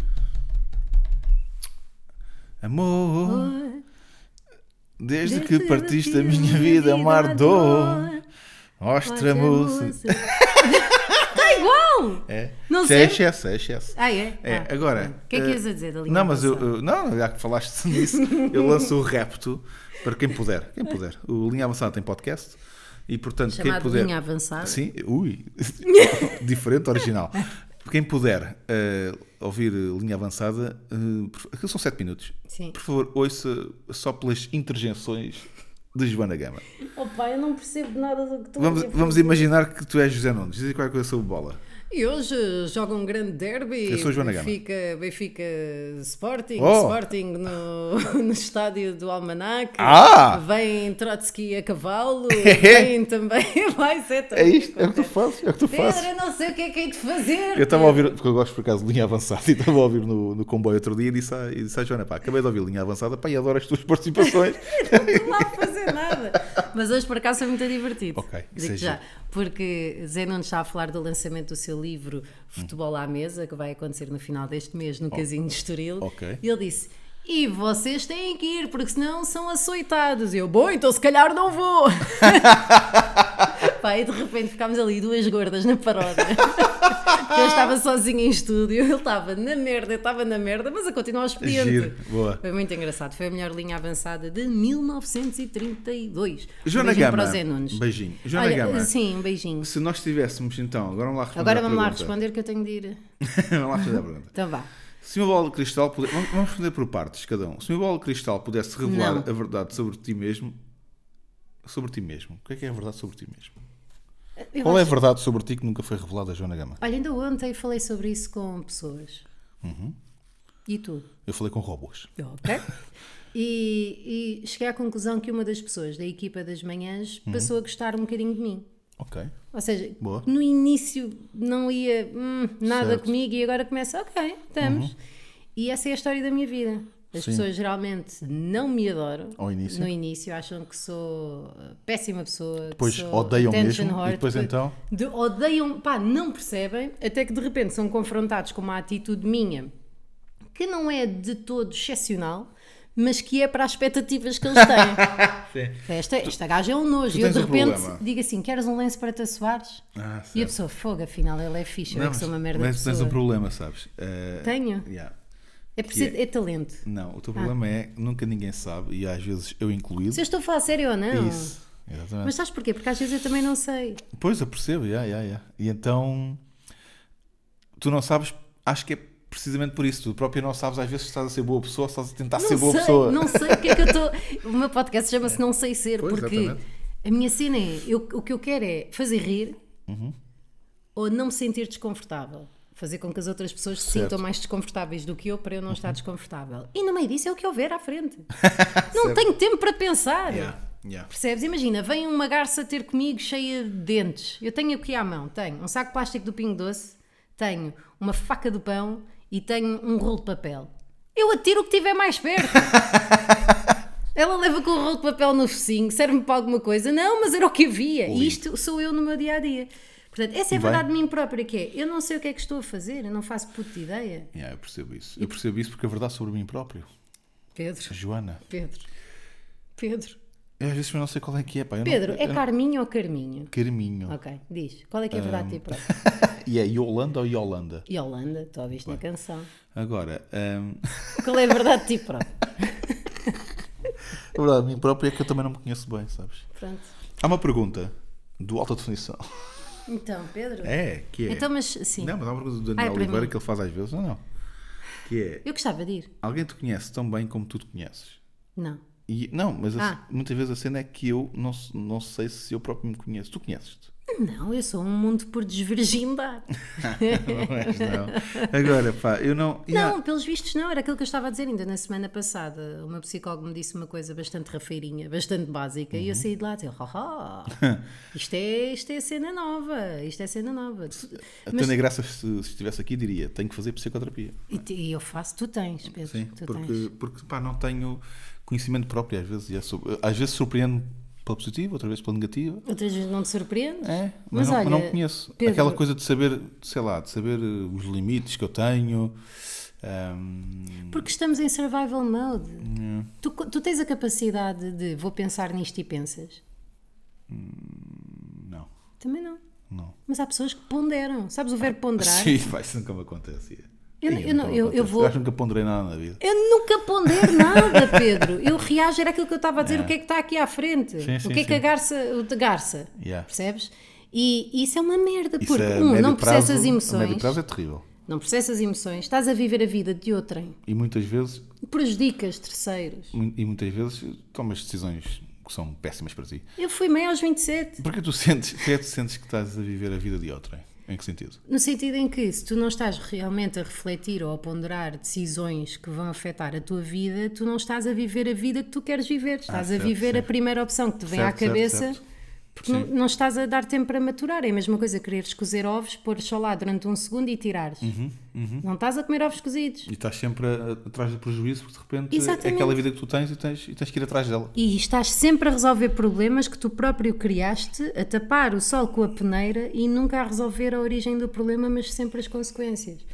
Speaker 3: Amor, desde,
Speaker 2: Oh, Desde
Speaker 3: que partiste da minha vida, amardou. Mostra-me.
Speaker 2: Está Tá igual!
Speaker 4: É.
Speaker 2: Não
Speaker 4: Isso é
Speaker 2: sei.
Speaker 4: excesso, é excesso.
Speaker 2: Ah, é?
Speaker 3: É,
Speaker 2: Ah.
Speaker 3: agora.
Speaker 2: O que é que
Speaker 3: eh,
Speaker 2: ias a dizer da
Speaker 3: Não, mas eu,
Speaker 2: alimentação?
Speaker 3: eu- Não, já que falaste nisso, eu lanço o repto para quem puder. Quem puder. O Linha Avançada tem podcast. E portanto, quem
Speaker 2: Chamado
Speaker 3: puder.
Speaker 2: Linha Avançada.
Speaker 3: Sim, ui. Diferente, original. Quem puder eh, ouvir Linha Avançada, eh, por- aquilo são 7 minutos.
Speaker 2: Sim.
Speaker 3: Por favor, ouça só pelas interjeições de Joana Gama.
Speaker 2: Opa, eu não percebo nada do que tu
Speaker 3: Vamos, vamos imaginar que tu és José Nunes. Diz aí qualquer coisa sobre bola.
Speaker 2: E hoje joga um grande derby.
Speaker 3: Eu sou o Joana Gama.
Speaker 2: Benfica, Benfica Sporting.
Speaker 3: Oh!
Speaker 2: Sporting no, no estádio do Almanac.
Speaker 3: Ah!
Speaker 2: Vem Trotsky a cavalo.
Speaker 3: É.
Speaker 2: vem também. Vai ser
Speaker 3: É isto, é o que tu fazes, é o que tu fazes.
Speaker 2: Pedro, eu não sei o que é que hei de fazer.
Speaker 3: Eu estava a ouvir, porque eu gosto por acaso de linha avançada, e estava a ouvir no, no comboio outro dia e disse, à, e disse à Joana, pá, acabei de ouvir linha avançada, pá, e adoro as tuas participações.
Speaker 2: não estou lá a fazer nada. Mas hoje, por acaso, foi muito divertido.
Speaker 3: Ok, isso
Speaker 2: Digo
Speaker 3: é
Speaker 2: já.
Speaker 3: giro.
Speaker 2: Porque Zé Nunes está a falar do lançamento do seu livro Futebol à Mesa, que vai acontecer no final deste mês no Casino de Estoril.
Speaker 3: Oh, ok.
Speaker 2: E ele disse. E vocês têm que ir, porque senão são açoitados. E eu, bom, então se calhar não vou. Pá, e de repente ficámos ali duas gordas na paródia. eu estava sozinha em estúdio, ele estava na merda, eu estava na merda, mas a continuar expediente.
Speaker 3: Giro, boa.
Speaker 2: Foi muito engraçado. Foi a melhor linha avançada de 1932.
Speaker 3: Joana
Speaker 2: um beijinho
Speaker 3: Gama,
Speaker 2: Para o Zé Nunes.
Speaker 3: beijinho. Joana
Speaker 2: Olha,
Speaker 3: Gama.
Speaker 2: Sim, um beijinho.
Speaker 3: Se nós tivéssemos, então, agora vamos lá responder
Speaker 2: Agora
Speaker 3: à
Speaker 2: vamos lá
Speaker 3: pergunta.
Speaker 2: responder que eu tenho de ir.
Speaker 3: vamos lá responder à pergunta.
Speaker 2: Então vá.
Speaker 3: Se uma bola de cristal... Puder... Vamos vamos responder por partes, cada um. Se uma bola de cristal pudesse revelar
Speaker 2: Não.
Speaker 3: a verdade sobre ti mesmo... Sobre ti mesmo. O que é que é a verdade sobre ti mesmo?
Speaker 2: Eu
Speaker 3: Qual é a
Speaker 2: acho-
Speaker 3: verdade sobre ti que nunca foi revelada, Joana Gama?
Speaker 2: Olha, ainda ontem falei sobre isso com pessoas.
Speaker 3: Uhum.
Speaker 2: E tu?
Speaker 3: Eu falei com robôs.
Speaker 2: Ok. E, e cheguei à conclusão que uma das pessoas da equipa das manhãs
Speaker 3: Uhum.
Speaker 2: passou a gostar um bocadinho de mim.
Speaker 3: Ok.
Speaker 2: Ou seja,
Speaker 3: Boa.
Speaker 2: no início não ia hum, nada
Speaker 3: Certo.
Speaker 2: comigo e agora começa, ok, estamos.
Speaker 4: Uhum.
Speaker 2: E essa é a história da minha vida. As
Speaker 3: Sim.
Speaker 2: pessoas geralmente não me adoram
Speaker 4: Ao início.
Speaker 2: no início, acham que sou uh, péssima pessoa. que
Speaker 4: Depois
Speaker 2: sou
Speaker 4: odeiam
Speaker 2: attention
Speaker 4: mesmo e
Speaker 2: whore,
Speaker 4: depois
Speaker 2: que-
Speaker 4: então?
Speaker 2: de- odeiam, pá, não percebem, até que de repente são confrontados com uma atitude minha que não é de todo excepcional, mas que é para as expectativas que eles têm. esta, esta gaja é um nojo.
Speaker 3: tu
Speaker 2: E eu
Speaker 3: tens
Speaker 2: de
Speaker 3: um
Speaker 2: repente
Speaker 3: problema.
Speaker 2: digo assim: queres um lenço para te assoares? e
Speaker 3: Ah,
Speaker 2: a
Speaker 3: certo.
Speaker 2: pessoa, fogo, afinal ele é fixe, eu é que
Speaker 3: mas-
Speaker 2: sou uma merda de
Speaker 3: mas tens
Speaker 2: pessoa.
Speaker 3: um problema, sabes? Eh,
Speaker 2: Tenho.
Speaker 3: yeah.
Speaker 2: É, preciso, é talento.
Speaker 3: Não, o teu problema é nunca ninguém sabe e às vezes eu incluído. é
Speaker 2: Se eu estou a falar sério ou não.
Speaker 3: Isso, exatamente.
Speaker 2: Mas sabes porquê? Porque às vezes eu também não sei.
Speaker 3: Pois, eu percebo, yeah, yeah, yeah. E então, tu não sabes, acho que é precisamente por isso, tu próprio não sabes às vezes se estás a ser boa pessoa ou se estás a tentar ser
Speaker 2: não
Speaker 3: boa
Speaker 2: sei,
Speaker 3: pessoa.
Speaker 2: não sei o que é que eu estou. O meu podcast chama-se Não Sei Ser,
Speaker 3: Pois,
Speaker 2: porque
Speaker 3: exatamente.
Speaker 2: a minha cena é: eu- o que eu quero é fazer rir
Speaker 3: Uhum.
Speaker 2: ou não me sentir desconfortável. Fazer com que as outras pessoas se sintam mais desconfortáveis do que eu para eu não
Speaker 3: Uhum.
Speaker 2: estar desconfortável. E no meio disso é o que houver à frente. não tenho tempo para pensar.
Speaker 3: Yeah, yeah.
Speaker 2: Percebes? Imagina, vem uma garça ter comigo cheia de dentes. Eu tenho aqui à mão, tenho um saco de plástico do Pingo Doce, tenho uma faca do pão e tenho um rolo de papel. Eu atiro o que tiver mais perto. Ela leva com o rolo de papel no focinho, serve-me para alguma coisa. Não, mas era o que havia. E isto sou eu no meu dia a dia. Portanto, essa é a
Speaker 3: Bem.
Speaker 2: verdade de mim própria, que é, eu não sei o que é que estou a fazer, eu não faço puta ideia.
Speaker 3: Yeah, eu percebo isso. é Eu percebo isso porque a verdade sobre mim próprio,
Speaker 2: Pedro,
Speaker 3: Joana,
Speaker 2: Pedro, Pedro,
Speaker 3: Eu às vezes eu não sei qual é que é, pá. Eu
Speaker 2: Pedro,
Speaker 3: não,
Speaker 2: é
Speaker 3: eu não-
Speaker 2: Carminho ou Carminho?
Speaker 3: Carminho.
Speaker 2: Ok, diz. Qual é que é a verdade tipo?
Speaker 3: E é Yolanda ou Yolanda?
Speaker 2: E Holanda, tu a ouviste na canção.
Speaker 3: Agora, hum,
Speaker 2: Qual é a verdade tipo? Pronto.
Speaker 3: a verdade, a mim própria é que eu também não me conheço bem, sabes?
Speaker 2: Pronto.
Speaker 3: Há uma pergunta do Alta Definição.
Speaker 2: Então, Pedro.
Speaker 3: É, que é.
Speaker 2: Então, mas sim.
Speaker 3: Não, mas há uma pergunta do Daniel
Speaker 2: Ah, é para
Speaker 3: Oliveira
Speaker 2: mim.
Speaker 3: que ele faz às vezes, não, não. Que é:
Speaker 2: Eu gostava de ir.
Speaker 3: alguém te conhece tão bem como tu te conheces?
Speaker 2: Não.
Speaker 3: E, não, mas a-
Speaker 2: Ah.
Speaker 3: muitas vezes a cena é que eu não, se- não sei se eu próprio me conheço. Tu conheces-te?
Speaker 2: Não, eu sou um mundo por desvirgindar.
Speaker 3: não és, não. Agora, pá, eu não.
Speaker 2: Não, pelos vistos não, era aquilo que eu estava a dizer ainda na semana passada. O meu psicólogo me disse uma coisa bastante rafeirinha, bastante básica, e eu
Speaker 3: Uhum.
Speaker 2: saí de lá a dizer, haha, isto é, isto é cena nova, isto é cena nova. Tu-
Speaker 3: A
Speaker 2: mas-
Speaker 3: Tânia Graça, se, se estivesse aqui, diria: tenho que fazer psicoterapia.
Speaker 2: e, te- e eu faço, tu tens, Pedro,
Speaker 3: Sim,
Speaker 2: tu tens.
Speaker 3: porque, porque pá, não tenho conhecimento próprio às vezes. e é sobre- às vezes surpreendo pela positiva, outra vez pela negativa.
Speaker 2: Outras vezes não te surpreendes?
Speaker 3: É,
Speaker 2: Mas
Speaker 3: mas, não, mas não
Speaker 2: olha,
Speaker 3: conheço.
Speaker 2: Pedro-
Speaker 3: Aquela coisa de saber, sei lá, de saber eh, os limites que eu tenho. ehm, ahm,
Speaker 2: Porque estamos em survival mode. Tu, co- tu tens a capacidade de vou pensar nisto e pensas?
Speaker 3: não,
Speaker 2: Também não.
Speaker 3: não.
Speaker 2: Mas há pessoas que ponderam. Sabes o verbo ponderar?
Speaker 3: Sim, vai, isso nunca me acontece.
Speaker 2: Eu não-
Speaker 3: Ih,
Speaker 2: eu não-
Speaker 3: nunca me
Speaker 2: eu- eu
Speaker 3: acontece.
Speaker 2: vou-
Speaker 3: acho que nunca ponderei nada na vida.
Speaker 2: Eu nunca pondero nada, Pedro. Eu reajo, era aquilo que eu estava a dizer, o que é que está aqui à frente.
Speaker 3: Sim,
Speaker 2: o
Speaker 3: sim,
Speaker 2: que é que
Speaker 3: sim.
Speaker 2: a garça, o de garça,
Speaker 3: Yeah.
Speaker 2: percebes? E isso é uma merda,
Speaker 3: Isso
Speaker 2: porque,
Speaker 3: a
Speaker 2: um,
Speaker 3: médio
Speaker 2: não processas
Speaker 3: prazo- A
Speaker 2: emoções,
Speaker 3: médio prazo é terrível.
Speaker 2: não processas emoções, estás a viver a vida de outrem,
Speaker 3: E muitas vezes,
Speaker 2: prejudicas terceiros.
Speaker 3: mu- e muitas vezes tomas decisões que são péssimas para ti.
Speaker 2: Eu fui mãe aos 27,
Speaker 3: Porque tu sentes, que é que tu sentes que estás a viver a vida de outrem? Em que sentido?
Speaker 2: no sentido em que se tu não estás realmente a refletir ou a ponderar decisões que vão afetar a tua vida, tu não estás a viver a vida que tu queres viver, estás
Speaker 3: Ah, certo,
Speaker 2: a viver a
Speaker 3: certo.
Speaker 2: primeira opção que te vem
Speaker 3: Certo,
Speaker 2: à
Speaker 3: certo,
Speaker 2: cabeça.
Speaker 3: certo.
Speaker 2: Porque não, não estás a dar tempo para maturar. É a mesma coisa quereres cozer ovos, pôr só lá durante um segundo e tirares.
Speaker 3: Uhum,
Speaker 2: Não estás a comer ovos cozidos.
Speaker 3: E estás sempre a- a- atrás do prejuízo porque de repente é
Speaker 2: Exatamente.
Speaker 3: aquela vida que tu tens e tens, e tens que ir atrás dela.
Speaker 2: E estás sempre a resolver problemas que tu próprio criaste, a tapar o sol com a peneira e nunca a resolver a origem do problema, mas sempre as consequências.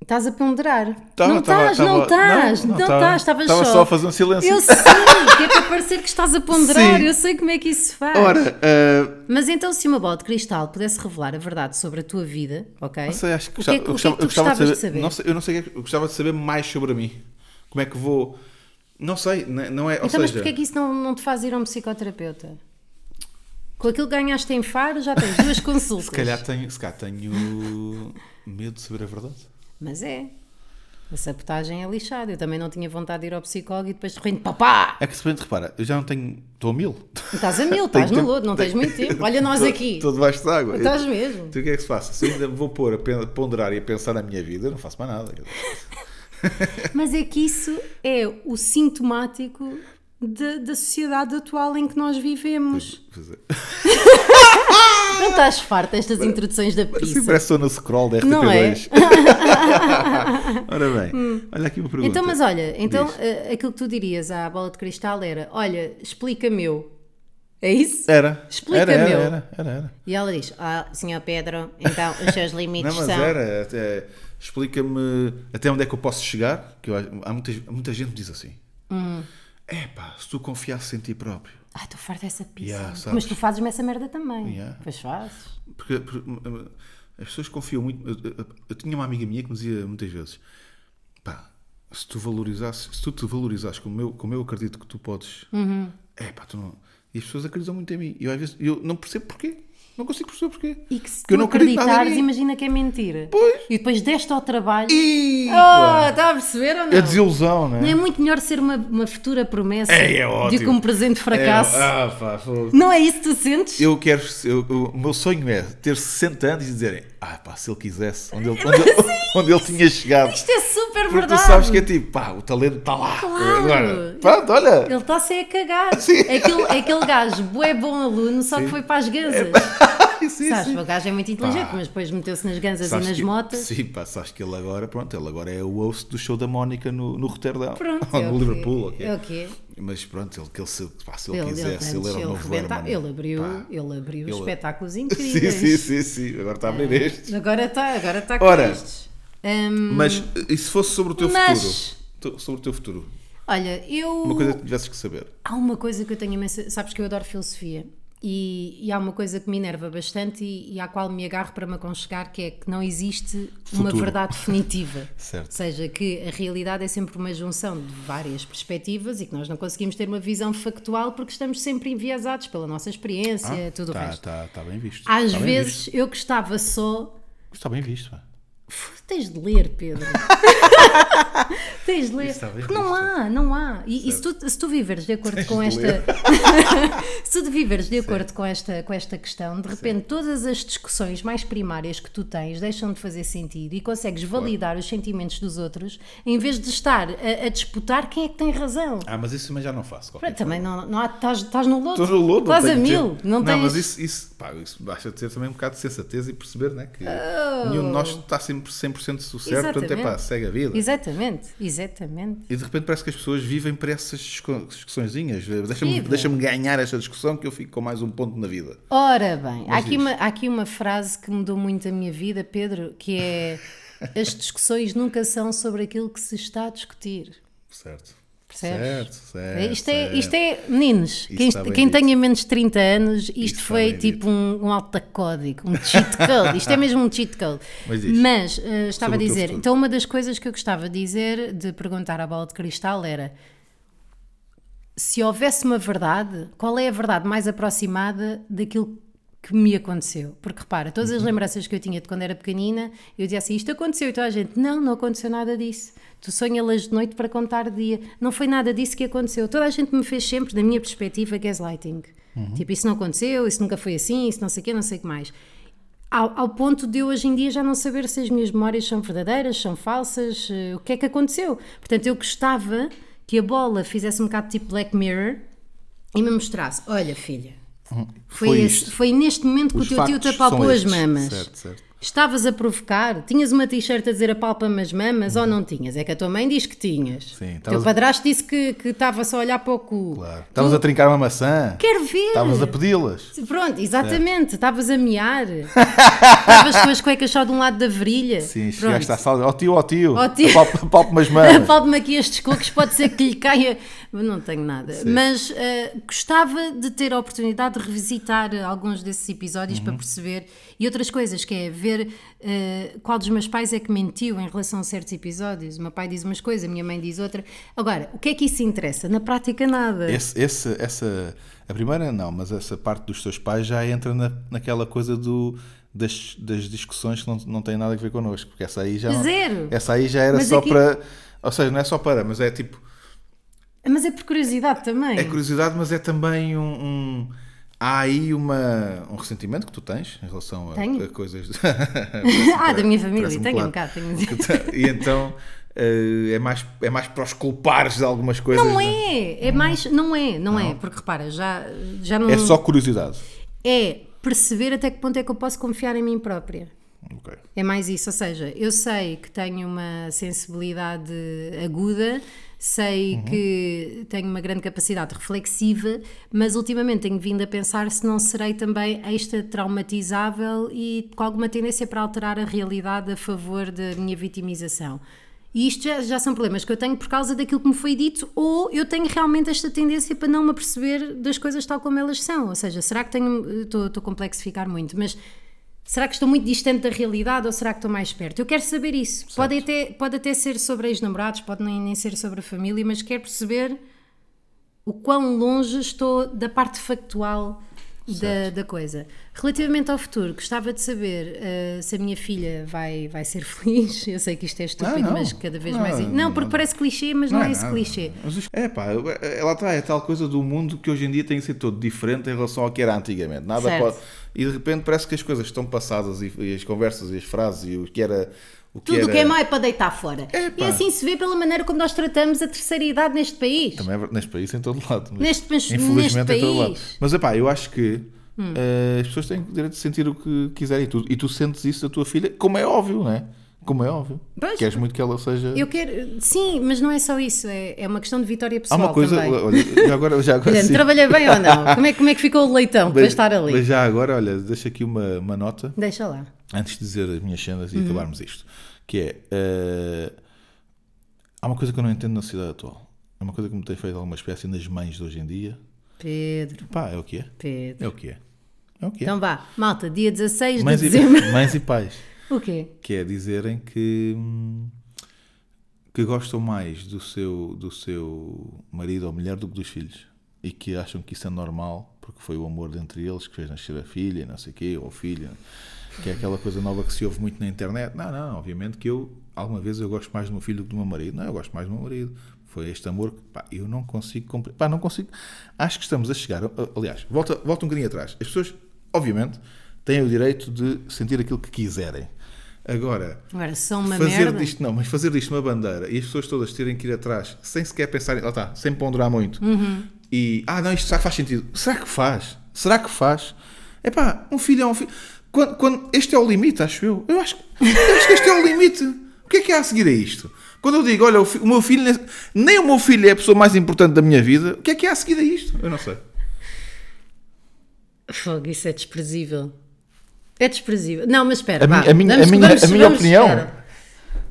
Speaker 2: Estás a ponderar.
Speaker 3: Tava-
Speaker 2: não
Speaker 3: tava-
Speaker 2: estás,
Speaker 3: tava-
Speaker 2: não estás,
Speaker 3: não,
Speaker 2: não
Speaker 3: tava-
Speaker 2: estás, estavas
Speaker 3: tava
Speaker 2: só.
Speaker 3: só a fazer um silêncio.
Speaker 2: Eu sei, que é para parecer que estás a ponderar,
Speaker 3: Sim.
Speaker 2: eu sei como é que isso se faz.
Speaker 3: Ora, ah,
Speaker 2: Mas então, se uma bola de cristal pudesse revelar a verdade sobre a tua vida, ok?
Speaker 3: não sei, acho que,
Speaker 2: o que é
Speaker 3: gostava-
Speaker 2: que,
Speaker 3: eu
Speaker 2: o que é que
Speaker 3: gostava,
Speaker 2: tu
Speaker 3: eu gostava
Speaker 2: gostavas de
Speaker 3: de saber.
Speaker 2: saber?
Speaker 3: Não sei, eu não sei, o que é que- eu gostava de saber mais sobre mim. Como é que vou. Não sei, n- não é. ou
Speaker 2: então, mas
Speaker 3: seja,
Speaker 2: porquê é que isso não, não te faz ir a um psicoterapeuta? Com aquilo que ganhaste em faro, já tens duas consultas.
Speaker 3: se calhar tenho, se calhar tenho medo de saber a verdade.
Speaker 2: Mas é. A sabotagem é lixada. Eu também não tinha vontade de ir ao psicólogo e depois de repente, papá!
Speaker 3: É que de repente, repara, eu já não tenho. Estou a mil.
Speaker 2: Estás a mil,
Speaker 3: Tenho
Speaker 2: estás no
Speaker 3: tempo-
Speaker 2: lodo, não tens muito tempo. Olha nós aqui.
Speaker 3: Estou debaixo de água.
Speaker 2: Estás mesmo.
Speaker 3: Então o que é que se passa? Se eu ainda vou pôr a pen- ponderar e a pensar na minha vida, eu não faço mais nada. quer dizer.
Speaker 2: Mas é que isso é o sintomático de- da sociedade atual em que nós vivemos.
Speaker 3: Pois é.
Speaker 2: Não estás farta destas introduções da
Speaker 3: Sim,
Speaker 2: pizza?
Speaker 3: parece que estou no scroll da
Speaker 2: Não é?
Speaker 3: RTP2. Ora bem, olha aqui uma pergunta.
Speaker 2: Então, mas olha, então
Speaker 3: Diz.
Speaker 2: eh, aquilo que tu dirias à bola de cristal era: olha, explica-me eu. É isso?
Speaker 3: Era.
Speaker 2: Explica,
Speaker 3: era, era,
Speaker 2: meu.
Speaker 3: era, era, era.
Speaker 2: E ela diz: Ah, senhor Pedro, então os seus limites
Speaker 3: Não, mas
Speaker 2: são.
Speaker 3: era. até- Explica-me até onde é que eu posso chegar. Que eu acho- há muita, muita gente que diz assim.
Speaker 2: Hum.
Speaker 3: É pá, se tu confiasses em ti próprio.
Speaker 2: Ah, estou farta dessa pizza.
Speaker 3: Yeah,
Speaker 2: mas
Speaker 3: sabes.
Speaker 2: tu fazes-me essa merda também.
Speaker 3: Yeah.
Speaker 2: Pois fazes.
Speaker 3: Porque, porque, hum, as pessoas confiam muito. Eu, eu- eu tinha uma amiga minha que me dizia muitas vezes: pá, se tu valorizasses, se tu te valorizares como eu, como eu acredito que tu podes,
Speaker 2: Uhum.
Speaker 3: é pá, tu não. E as pessoas acreditam muito em mim. E eu às vezes eu não percebo porquê. Não consigo perceber porquê.
Speaker 2: E que se
Speaker 3: Porque eu
Speaker 2: tu
Speaker 3: não acredito nada em
Speaker 2: acreditares,
Speaker 3: mim.
Speaker 2: imagina que é mentira.
Speaker 3: Pois.
Speaker 2: E depois deste ao trabalho.
Speaker 3: E,
Speaker 2: Ah, está a perceber ou não?
Speaker 3: a desilusão,
Speaker 2: Não é
Speaker 3: né?
Speaker 2: muito melhor ser uma, uma futura promessa
Speaker 3: Ei, é
Speaker 2: do que
Speaker 3: ótimo.
Speaker 2: um presente
Speaker 3: É,
Speaker 2: fracasso?
Speaker 3: ah, pá, fogo.
Speaker 2: Não é isso que tu sentes?
Speaker 3: eu quero. eu- eu- o meu sonho é ter 60 anos e dizerem: ah, pá, se ele quisesse, onde ele, onde ele- onde ele tinha chegado.
Speaker 2: Isto é super
Speaker 3: Porque
Speaker 2: verdade.
Speaker 3: tu sabes que é tipo, pá, o talento está lá.
Speaker 2: Claro.
Speaker 3: Agora, pronto, olha.
Speaker 2: Ele está-se a cagar.
Speaker 3: Sim.
Speaker 2: É Aquele, é aquele gajo, bué bom aluno, só que foi para as ganzas.
Speaker 3: É sim,
Speaker 2: Sabes,
Speaker 3: sim.
Speaker 2: o gajo é muito inteligente,
Speaker 3: Pá.
Speaker 2: mas depois meteu-se nas ganzas
Speaker 3: Sabes
Speaker 2: e nas
Speaker 3: que-
Speaker 2: motas.
Speaker 3: Sim, pá, sabes que ele agora, pronto, ele agora é o host do show da Mónica no, no Roterdão.
Speaker 2: Pronto,
Speaker 3: Ou
Speaker 2: é
Speaker 3: Ah, no
Speaker 2: o quê?
Speaker 3: Liverpool, ok.
Speaker 2: É o quê?
Speaker 3: Mas pronto, ele, que ele se, pá, se ele,
Speaker 2: Ele, ele,
Speaker 3: quisesse, ele, é
Speaker 2: antes,
Speaker 3: era o
Speaker 2: ele,
Speaker 3: novo
Speaker 2: rebenta-
Speaker 3: Herman.
Speaker 2: ele abriu,
Speaker 3: Pá.
Speaker 2: ele abriu
Speaker 3: Ele- é-
Speaker 2: espetáculos
Speaker 3: Sim,
Speaker 2: incríveis.
Speaker 3: sim, sim, sim, agora está a abrir este.
Speaker 2: Agora está agora está com
Speaker 3: Ora.
Speaker 2: estes. É. Hum,
Speaker 3: Mas e se fosse sobre o teu
Speaker 2: Mas-
Speaker 3: futuro? Tu- Sobre o teu futuro.
Speaker 2: Olha, eu.
Speaker 3: Uma coisa que tivesses que saber.
Speaker 2: Há uma coisa que eu tenho imensa. Sabes que eu adoro filosofia. E, e há uma coisa que me enerva bastante e, e à qual me agarro para me aconchegar, que é que não existe uma
Speaker 3: Futuro.
Speaker 2: verdade definitiva.
Speaker 3: Certo.
Speaker 2: Ou seja, que a realidade é sempre uma junção de várias perspectivas e que nós não conseguimos ter uma visão factual porque estamos sempre enviesados pela nossa experiência, É, tudo o
Speaker 3: tá,
Speaker 2: resto.
Speaker 3: tá, tá bem visto.
Speaker 2: Às
Speaker 3: Tá bem
Speaker 2: vezes eu gostava só
Speaker 3: visto. Está bem visto. pá.
Speaker 2: Pô, Tens de ler, Pedro. Tens de ler.
Speaker 3: Isso está bem
Speaker 2: Porque não
Speaker 3: visto.
Speaker 2: há, não há. E, e se, tu, se tu viveres de acordo com
Speaker 3: de
Speaker 2: esta.
Speaker 3: ler.
Speaker 2: se tu viveres de acordo com esta, com esta questão, de repente todas as discussões mais primárias que tu tens deixam de fazer sentido e consegues validar os sentimentos dos outros em vez de estar a, a disputar quem é que tem razão.
Speaker 3: Ah, mas isso também já não faço.
Speaker 2: Pronto, também não, não há. Estás estás no lodo.
Speaker 3: Então. Estou no lodo.
Speaker 2: Estás a
Speaker 3: tenho que
Speaker 2: mil.
Speaker 3: ter-
Speaker 2: Não, tens.
Speaker 3: mas isso, isso, pá, isso basta ter também um bocado de sensateza e perceber né, que nenhum de nós está sempre 100% sucesso, portanto é pá,
Speaker 2: Oh. Exatamente.
Speaker 3: segue a vida.
Speaker 2: Exatamente, exatamente.
Speaker 3: E de repente parece que as pessoas vivem para essas discu- discussõezinhas. Eh, Deixa-me
Speaker 2: Vivem.
Speaker 3: deixa ganhar esta discussão que eu fico com mais um ponto na vida.
Speaker 2: Ora bem, há aqui,
Speaker 3: diz.
Speaker 2: uma, há aqui uma frase que mudou muito a minha vida, Pedro, que é as discussões nunca são sobre aquilo que se está a discutir.
Speaker 3: Certo.
Speaker 2: Percebes?
Speaker 3: Certo, certo.
Speaker 2: isto, é,
Speaker 3: certo.
Speaker 2: isto é, meninos, quem,
Speaker 3: está bem
Speaker 2: quem
Speaker 3: dito.
Speaker 2: tenha menos de 30 anos, isto,
Speaker 3: Isto está
Speaker 2: foi
Speaker 3: bem
Speaker 2: tipo um, um alta código, um cheat code. Isto é mesmo um cheat code.
Speaker 3: Mas diz.
Speaker 2: Mas eh, estava a
Speaker 3: Sobre o teu
Speaker 2: dizer,
Speaker 3: futuro.
Speaker 2: então uma das coisas que eu gostava de dizer, de perguntar à bola de cristal, era se houvesse uma verdade, qual é a verdade mais aproximada daquilo que me aconteceu? Porque repara, todas
Speaker 3: Uhum.
Speaker 2: as lembranças que eu tinha de quando era pequenina, eu dizia assim: isto aconteceu, e toda a gente, não, não aconteceu nada disso. Tu sonhas de noite para contar dia. Não foi nada disso que aconteceu. Toda a gente me fez sempre, da minha perspectiva, gaslighting.
Speaker 3: Uhum.
Speaker 2: Tipo, isso não aconteceu, isso nunca foi assim, isso não sei o quê, não sei o que mais. Ao, ao ponto de eu hoje em dia já não saber se as minhas memórias são verdadeiras, são falsas, eh, o que é que aconteceu. Portanto, eu gostava que a bola fizesse um bocado tipo Black Mirror e me mostrasse: olha, filha, foi,
Speaker 3: Uhum. Foi
Speaker 2: esse-
Speaker 3: isto.
Speaker 2: foi neste momento que
Speaker 3: Os
Speaker 2: o teu tio te
Speaker 3: factos são
Speaker 2: apalpou as
Speaker 3: estes.
Speaker 2: mamas.
Speaker 3: Certo, certo.
Speaker 2: Estavas a provocar? Tinhas uma t-shirt a dizer apalpa-me as mamas ou não tinhas? É que a tua mãe diz que tinhas.
Speaker 3: Uhum. Sim,
Speaker 2: o teu
Speaker 3: estavas-
Speaker 2: padrasto disse que que estava só a olhar para o cu.
Speaker 3: Claro. Estavas a trincar uma maçã.
Speaker 2: Quero ver!
Speaker 3: Estavas a pedi-las.
Speaker 2: Pronto,
Speaker 3: É.
Speaker 2: exatamente, estavas a mear, estavas com as cuecas só de um lado da virilha.
Speaker 3: Sim, chegaste
Speaker 2: Pronto.
Speaker 3: à sala. Ó tio, ó tio.
Speaker 2: Ó tio.
Speaker 3: Palpe umas mãos.
Speaker 2: Falta-me aqui estes cocos, pode ser que lhe caia. Mas Não tenho nada. Mas ah, gostava de ter a oportunidade de revisitar eh, alguns desses episódios
Speaker 3: Uhum.
Speaker 2: para perceber. E outras coisas, que é ver ah, qual dos meus pais é que mentiu em relação a certos episódios. O meu pai diz umas coisas, a minha mãe diz outra. Agora, o que é que isso interessa? Na prática, nada.
Speaker 3: Esse, esse- essa, a primeira não, mas essa parte dos teus pais já entra na, naquela coisa do, das, das discussões que não, não tem nada a ver connosco, porque essa aí já
Speaker 2: Zero.
Speaker 3: essa aí já era
Speaker 2: Mas
Speaker 3: só
Speaker 2: aqui-
Speaker 3: para, ou seja, não é só para, mas é tipo
Speaker 2: Mas é por curiosidade também.
Speaker 3: é curiosidade, mas é também um, um- há aí uma um ressentimento que tu tens em relação a,
Speaker 2: Tenho.
Speaker 3: a coisas
Speaker 2: ah, da minha família,
Speaker 3: Parece-me
Speaker 2: tenho um
Speaker 3: claro.
Speaker 2: bocado. Tenho...
Speaker 3: e então eh, é mais é mais para os culpares de algumas coisas.
Speaker 2: Não
Speaker 3: é?
Speaker 2: é, é mais, não é, não, é, porque repara, já, já não
Speaker 3: É só curiosidade.
Speaker 2: é perceber até que ponto é que eu posso confiar em mim própria.
Speaker 3: Ok.
Speaker 2: É mais isso, ou seja, eu sei que tenho uma sensibilidade aguda, sei que tenho uma grande capacidade reflexiva, mas ultimamente tenho vindo a pensar se não serei também extra traumatizável e com alguma tendência para alterar a realidade a favor da minha vitimização. E isto já, já são problemas que eu tenho por causa daquilo que me foi dito, ou eu tenho realmente esta tendência para não me aperceber das coisas tal como elas são. Ou seja, será que tenho. eh, Estou estou a complexificar muito, mas Será que estou muito distante da realidade ou será que estou mais perto? Eu quero saber isso. Pode até, pode até ser sobre ex-namorados, pode nem, nem ser sobre a família, mas quero perceber o quão longe estou da parte factual da, da coisa. Relativamente ao futuro, gostava de saber eh, se a minha filha vai, vai ser feliz. Eu sei que isto é estúpido,
Speaker 3: não.
Speaker 2: mas cada vez
Speaker 3: Não,
Speaker 2: mais. Não, porque parece clichê, mas não, é, esse
Speaker 3: nada.
Speaker 2: clichê.
Speaker 3: Mas os- É pá, ela está, é tal coisa do mundo que hoje em dia tem sido todo diferente em relação ao que era antigamente. Nada
Speaker 2: Certo.
Speaker 3: pode- E de repente parece que as coisas estão passadas e, e as conversas e as frases e o que era. O que
Speaker 2: Tudo o
Speaker 3: era...
Speaker 2: que é mau é para deitar fora.
Speaker 3: Epá.
Speaker 2: E assim se vê pela maneira como nós tratamos a terceira idade neste país.
Speaker 3: Também é ver- neste país, em todo lado. mas
Speaker 2: Neste- mas neste país. Hum.
Speaker 3: Mas é pá, eu acho que. eh, as pessoas têm o direito de sentir o que quiserem e tu, e tu sentes isso da tua filha, como é óbvio, não é? Como é óbvio.
Speaker 2: Pois.
Speaker 3: Queres muito que ela seja.
Speaker 2: Eu quero, sim, mas não é só isso, é, é uma questão de vitória
Speaker 3: Há
Speaker 2: pessoal
Speaker 3: uma coisa.
Speaker 2: também.
Speaker 3: Olha, já agora, já agora
Speaker 2: Olha,
Speaker 3: sim.
Speaker 2: Trabalhei bem ou não? Como é, como é que ficou o leitão para
Speaker 3: Mas-
Speaker 2: estar ali?
Speaker 3: Mas já agora, olha, deixa aqui uma, uma nota
Speaker 2: Deixa lá.
Speaker 3: antes de dizer as minhas cenas e acabarmos isto. Que é eh, há uma coisa que eu não entendo na sociedade atual. É uma coisa que me tem feito alguma espécie nas mães de hoje em dia.
Speaker 2: Pedro,
Speaker 3: Pá, é o que é.
Speaker 2: Pedro.
Speaker 3: É o que é. É o que é.
Speaker 2: Então vá, malta, dia 16
Speaker 3: mães,
Speaker 2: de
Speaker 3: e,
Speaker 2: dezembro.
Speaker 3: mães e pais.
Speaker 2: O quê?
Speaker 3: Que é dizerem que, hum, que gostam mais do seu, do seu marido ou mulher do que dos filhos. E que acham que isso é normal, porque foi o amor entre eles que fez nascer a filha, e não sei o quê, ou o filho. Que é aquela coisa nova que se ouve muito na internet. Não, não, obviamente que eu, alguma vez, eu gosto mais do meu filho do que do meu marido. Não, eu gosto mais do meu marido. Foi este amor que, pá, eu não consigo compreender. Pá, não consigo. Acho que estamos a chegar. Aliás, volta, volta um bocadinho atrás. As pessoas, obviamente, têm o direito de sentir aquilo que quiserem. Agora,
Speaker 2: Agora, são uma
Speaker 3: fazer
Speaker 2: merda.
Speaker 3: disto, não, mas fazer disto uma bandeira e as pessoas todas terem que ir atrás sem sequer pensar, lá está, sem ponderar muito.
Speaker 2: Uhum.
Speaker 3: E, ah, não, isto será que faz sentido? Será que faz? Será que faz? É pá, um filho é um filho. Quando, quando- este é o limite, acho eu. Eu acho, eu acho que este é o limite. O que é que há a seguir a isto? Quando eu digo, olha, o, fi- o meu filho, nem- nem o meu filho é a pessoa mais importante da minha vida, o que é que há a seguir a isto? Eu não sei.
Speaker 2: Fogo, isso é desprezível. É desprezível. Não, mas espera.
Speaker 3: A
Speaker 2: vá,
Speaker 3: minha- a minha-
Speaker 2: vamos-
Speaker 3: a minha-
Speaker 2: vamos-
Speaker 3: a minha
Speaker 2: vamos-
Speaker 3: opinião.
Speaker 2: espera.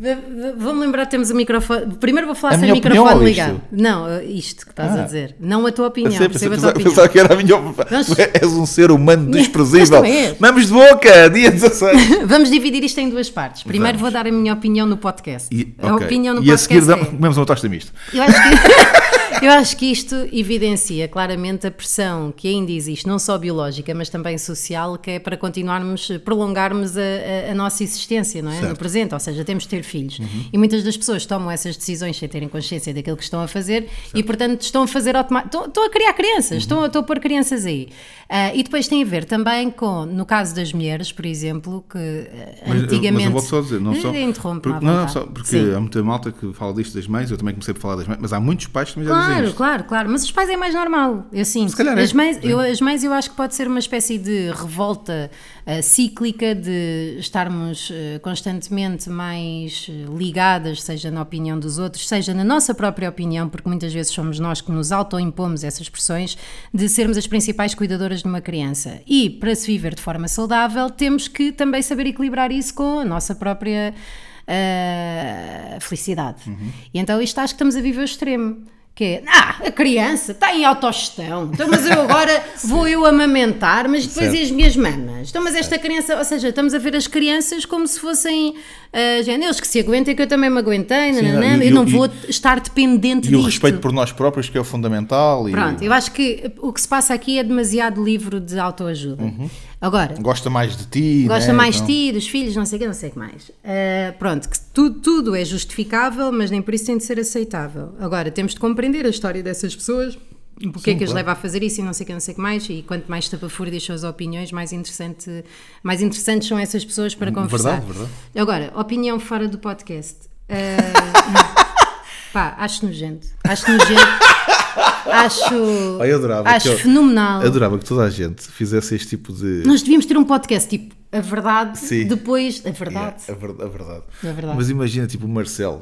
Speaker 2: V- v- Vamos lembrar, temos o microfone. Primeiro vou falar
Speaker 3: A
Speaker 2: sem o
Speaker 3: minha opinião
Speaker 2: microfone
Speaker 3: ou
Speaker 2: ligado.
Speaker 3: isto?
Speaker 2: Não, eh, isto que estás
Speaker 3: Ah.
Speaker 2: a dizer. Não a tua opinião.
Speaker 3: Pensei-
Speaker 2: perceba a tua opinião.
Speaker 3: pensei- pensava que era a minha. És um ser humano desprezível.
Speaker 2: Mas é. tu és.
Speaker 3: Mamos de boca, dia 16.
Speaker 2: Vamos dividir isto em duas partes. Primeiro
Speaker 3: Vamos.
Speaker 2: vou dar a minha opinião no podcast.
Speaker 3: E,
Speaker 2: A
Speaker 3: ok.
Speaker 2: opinião no
Speaker 3: E a
Speaker 2: podcast.
Speaker 3: seguir dá-
Speaker 2: é-
Speaker 3: comemos uma tosta mista.
Speaker 2: Eu acho, que, eu acho que isto evidencia claramente a pressão que ainda existe, não só biológica, mas também social, que é para continuarmos, prolongarmos a, a- a nossa existência, não é? No
Speaker 3: Certo. Uhum.
Speaker 2: presente, ou seja, temos de ter filhos. E muitas das pessoas tomam essas decisões sem terem consciência daquilo que estão a fazer e, portanto, estão a fazer automático. Estão, estão a criar crianças,
Speaker 3: Uhum.
Speaker 2: estão, a- estão a pôr crianças aí. Ah, e depois tem a ver também com, no caso das mulheres, por exemplo, que ah,
Speaker 3: Mas,
Speaker 2: antigamente.
Speaker 3: mas eu vou só dizer, não só.
Speaker 2: Interrompe-me à
Speaker 3: porque, não, não,
Speaker 2: vontade.
Speaker 3: só porque
Speaker 2: Sim.
Speaker 3: há muita malta que fala disto das mães, eu também comecei por falar das mães, mas há muitos pais que também já dizem
Speaker 2: Claro,
Speaker 3: isto.
Speaker 2: claro, claro. Mas os pais é mais normal, eu sinto.
Speaker 3: Se calhar é.
Speaker 2: as, mães, eu, as mães eu acho que pode ser uma espécie de revolta ah, cíclica de estarmos ah, constantemente mais ah, ligadas, seja na opinião dos outros, seja na nossa própria opinião, porque muitas vezes somos nós que nos autoimpomos essas pressões, de sermos as principais cuidadoras de uma criança. E para se viver de forma saudável, temos que também saber equilibrar isso com a nossa própria. ah, felicidade.
Speaker 3: Uhum.
Speaker 2: E então isto acho que estamos a viver o extremo. Que é, ah, a criança está em autogestão, então, mas eu agora vou eu amamentar, mas depois e
Speaker 3: Certo.
Speaker 2: as minhas mamas. Então, mas esta criança, ou seja, estamos a ver as crianças como se fossem ah, género, eles que se aguentem, que eu também me aguentei, nananã,
Speaker 3: não, e-
Speaker 2: eu não
Speaker 3: e-
Speaker 2: vou estar dependente
Speaker 3: E o
Speaker 2: disto.
Speaker 3: respeito por nós próprios, que é o fundamental. E
Speaker 2: Pronto, eu acho que o que se passa aqui é demasiado livro de autoajuda.
Speaker 3: Uhum.
Speaker 2: Agora,
Speaker 3: Gosta mais de ti.
Speaker 2: Gosta
Speaker 3: né?
Speaker 2: mais de
Speaker 3: Então,
Speaker 2: ti, dos filhos, não sei o que, não sei o que mais. Ah, pronto, que tu- tudo é justificável, mas nem por isso tem de ser aceitável. Agora, temos de compreender a história dessas pessoas, porque é que as
Speaker 3: claro.
Speaker 2: leva a fazer isso e não sei o que, não sei o que mais. E quanto mais tapafúrdia as suas opiniões, mais, interessante, mais interessantes são essas pessoas para conversar.
Speaker 3: verdade, verdade.
Speaker 2: Agora, opinião fora do podcast. Ah, pá, acho nojento. Acho nojento. Acho,
Speaker 3: Ai, eu adorava
Speaker 2: acho
Speaker 3: que eu-
Speaker 2: fenomenal.
Speaker 3: Adorava que toda a gente fizesse este tipo de.
Speaker 2: Nós devíamos ter um podcast tipo a verdade,
Speaker 3: Sim.
Speaker 2: depois a é verdade.
Speaker 3: Yeah, a, ver- a É verdade.
Speaker 2: A verdade.
Speaker 3: Mas imagina, tipo, o Marcelo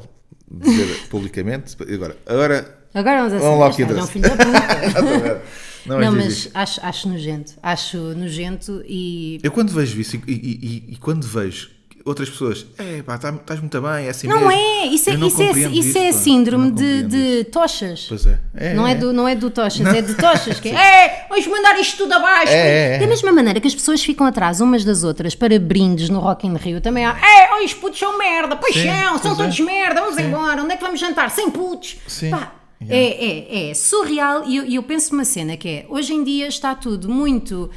Speaker 3: dizer publicamente. Agora, agora.
Speaker 2: Agora vamos assim,
Speaker 3: Vamos lá ao
Speaker 2: este
Speaker 3: que
Speaker 2: gajo é um
Speaker 3: interessa.
Speaker 2: filho da puta.
Speaker 3: Não, é
Speaker 2: Não,
Speaker 3: diz isto.
Speaker 2: mas acho, acho nojento. Acho nojento e.
Speaker 3: Eu quando vejo isso e, e- e- e quando vejo que outras pessoas, é pá, tá- estás muito bem, é assim
Speaker 2: Não
Speaker 3: mesmo.
Speaker 2: é! Isso é,
Speaker 3: Eu não
Speaker 2: isso é,
Speaker 3: compreendo
Speaker 2: isso é
Speaker 3: isto, pá.
Speaker 2: síndrome
Speaker 3: Eu não
Speaker 2: de,
Speaker 3: compreendo
Speaker 2: de
Speaker 3: isto.
Speaker 2: tochas.
Speaker 3: Pois é. É,
Speaker 2: não, é
Speaker 3: é.
Speaker 2: do, não é do tochas, é de tochas. Que é, "Ei, vamos mandar isto tudo abaixo.
Speaker 3: É, é, é.
Speaker 2: Da mesma maneira que as pessoas ficam atrás umas das outras para brindes no Rock in Rio, também há, é, olha, os putos são merda, paixão,
Speaker 3: Sim,
Speaker 2: são
Speaker 3: pois é.
Speaker 2: todos merda, vamos embora, onde é que vamos jantar? Sem putos.
Speaker 3: Sim.
Speaker 2: Pá,
Speaker 3: Yeah.
Speaker 2: é, é, é surreal e eu, e eu penso uma cena que é, hoje em dia está tudo muito...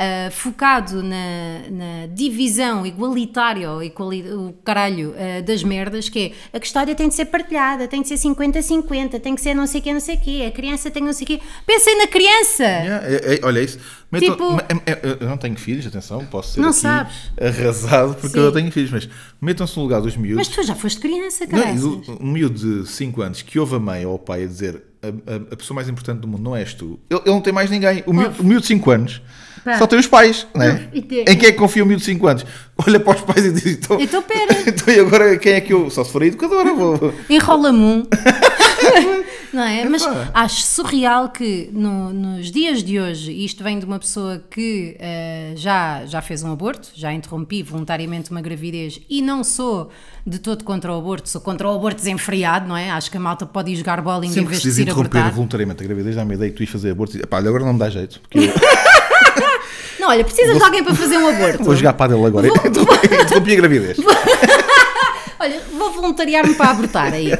Speaker 2: ah, focado na, na divisão igualitária ou equali, o caralho ah, das merdas que é a custódia tem de ser partilhada tem de ser 50-50, tem que ser não sei o quê não sei o quê, a criança tem não sei o quê pensem na criança!
Speaker 3: Yeah, é- é- olha isso. Mas
Speaker 2: Tipo-
Speaker 3: então, mas- é- é- eu não tenho filhos, atenção, posso ser
Speaker 2: Não
Speaker 3: aqui
Speaker 2: sabes.
Speaker 3: arrasado porque
Speaker 2: Sim.
Speaker 3: eu não tenho filhos, mas metam-se no lugar dos miúdos.
Speaker 2: Mas tu já foste criança,
Speaker 3: Não,
Speaker 2: cara.
Speaker 3: e do- um miúdo de 5 anos que ouve a mãe ou o pai a dizer a, a- a pessoa mais importante do mundo não és tu, ele, ele não tem mais ninguém. O miúdo, o miúdo de 5 anos
Speaker 2: Pá.
Speaker 3: só tem os pais, não é?
Speaker 2: E tem-
Speaker 3: Em quem é que confia o miúdo de 5 anos? Olha para os pais e diz: Então,
Speaker 2: Então, pera.
Speaker 3: então e agora quem é que eu. Só se for a educadora, vou.
Speaker 2: Enrola-me um. Não é? Mas
Speaker 3: Epá.
Speaker 2: acho surreal que no- nos dias de hoje, e isto vem de uma pessoa que eh, já, já fez um aborto, já interrompi voluntariamente uma gravidez e não sou de todo contra o aborto, sou contra o aborto desenfreado, não é? Acho que a malta pode ir jogar bowling em
Speaker 3: Sempre que
Speaker 2: vez
Speaker 3: se
Speaker 2: de
Speaker 3: diz
Speaker 2: se ir
Speaker 3: interromper
Speaker 2: abortar.
Speaker 3: voluntariamente a gravidez, dá-me a ideia que tu ias fazer aborto e diz, pá, agora não me dá jeito, porque eu
Speaker 2: Não, olha, precisas de alguém para fazer um aborto.
Speaker 3: vou jogar pádel agora. Interrompi a gravidez.
Speaker 2: Olha, vou voluntariar-me para abortar aí.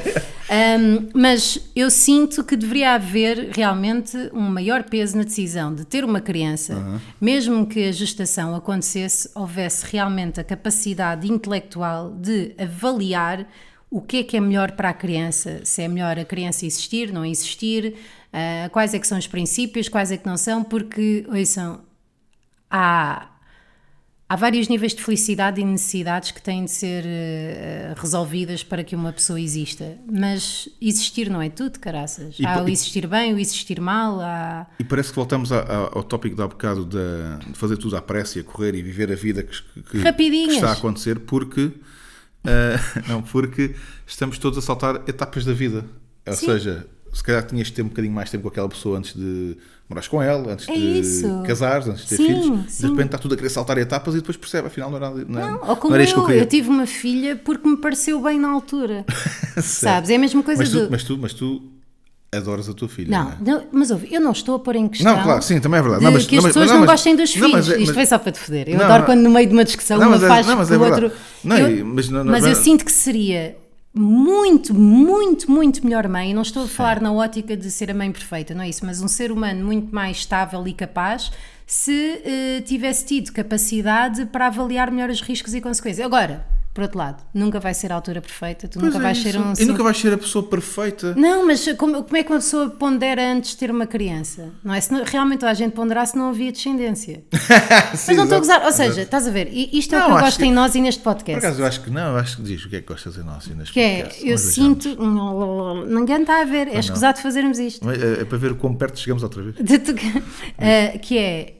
Speaker 2: Ahm, mas eu sinto que deveria haver realmente um maior peso na decisão de ter uma criança, mesmo que a gestação acontecesse, houvesse realmente a capacidade intelectual de avaliar o que é que é melhor para a criança, se é melhor a criança existir, não existir, ah, quais é que são os princípios, quais é que não são, porque, ouçam, há, há vários níveis de felicidade e necessidades que têm de ser eh, resolvidas para que uma pessoa exista. Mas existir não é tudo, caraças.
Speaker 3: E
Speaker 2: há
Speaker 3: pa-
Speaker 2: o existir bem, o existir mal, há.
Speaker 3: E parece que voltamos a- a- ao tópico de há bocado da- de fazer tudo à pressa e a correr e viver a vida que, que-
Speaker 2: Rapidinhas.
Speaker 3: que está a acontecer, porque ah, não, porque estamos todos a saltar etapas da vida. Ou
Speaker 2: Sim.
Speaker 3: seja, se calhar tinhas de ter um bocadinho mais tempo com aquela pessoa antes de morares com ela, antes
Speaker 2: É
Speaker 3: de
Speaker 2: isso.
Speaker 3: casares, antes de ter
Speaker 2: Sim,
Speaker 3: filhos.
Speaker 2: sim.
Speaker 3: De repente está tudo a querer saltar etapas e depois percebe, afinal não era, não, é?
Speaker 2: Não,
Speaker 3: não,
Speaker 2: ou como
Speaker 3: era isto que eu
Speaker 2: eu, eu,
Speaker 3: queria.
Speaker 2: tive uma filha porque me pareceu bem na altura. Sabes? É a mesma coisa
Speaker 3: mas, tu,
Speaker 2: do.
Speaker 3: mas, tu, mas tu adoras a tua filha.
Speaker 2: Não,
Speaker 3: é?
Speaker 2: não, mas ouve, eu não estou a pôr em questão.
Speaker 3: Não, claro, sim, também é verdade.
Speaker 2: de
Speaker 3: Não, mas-
Speaker 2: que
Speaker 3: não,
Speaker 2: as
Speaker 3: mas-
Speaker 2: pessoas
Speaker 3: não,
Speaker 2: não,
Speaker 3: mas-
Speaker 2: gostem dos
Speaker 3: não, mas
Speaker 2: filhos.
Speaker 3: é-
Speaker 2: Isto
Speaker 3: mas-
Speaker 2: foi só para te foder. Eu
Speaker 3: Não,
Speaker 2: adoro
Speaker 3: não.
Speaker 2: quando no meio de uma discussão
Speaker 3: Não,
Speaker 2: uma
Speaker 3: mas é-
Speaker 2: faz
Speaker 3: não, mas
Speaker 2: que
Speaker 3: é
Speaker 2: o
Speaker 3: verdade.
Speaker 2: outro.
Speaker 3: Não,
Speaker 2: eu,
Speaker 3: e- mas não- é não-
Speaker 2: mas eu
Speaker 3: não-
Speaker 2: sinto que seria muito, muito, muito melhor mãe. E não estou a falar na ótica de ser a mãe perfeita, não é isso? Mas um ser humano muito mais estável e capaz se eh, tivesse tido capacidade para avaliar melhor os riscos e consequências. Agora, por outro lado, nunca vai ser a altura perfeita, tu
Speaker 3: Pois
Speaker 2: nunca
Speaker 3: é
Speaker 2: vais ser
Speaker 3: isso.
Speaker 2: um.
Speaker 3: E
Speaker 2: super-
Speaker 3: nunca vais ser a pessoa perfeita.
Speaker 2: não, mas como, como é que uma pessoa pondera antes de ter uma criança? Não é? Se não- realmente toda a gente ponderasse, não havia descendência. mas não estou a gozar. Ou seja, estás a ver, e isto é
Speaker 3: Não,
Speaker 2: o que eu
Speaker 3: acho
Speaker 2: gosto
Speaker 3: que-
Speaker 2: em nós e neste
Speaker 3: Por
Speaker 2: podcast.
Speaker 3: acaso, eu acho que não, eu acho que diz o que é que gostas de nós e nas
Speaker 2: que é,
Speaker 3: podcasts.
Speaker 2: eu
Speaker 3: Nós
Speaker 2: sinto. Ninguém está a ver, é escusado fazermos isto.
Speaker 3: vejamos. É, é para ver o quão perto chegamos outra vez.
Speaker 2: De tu- Ah, que é.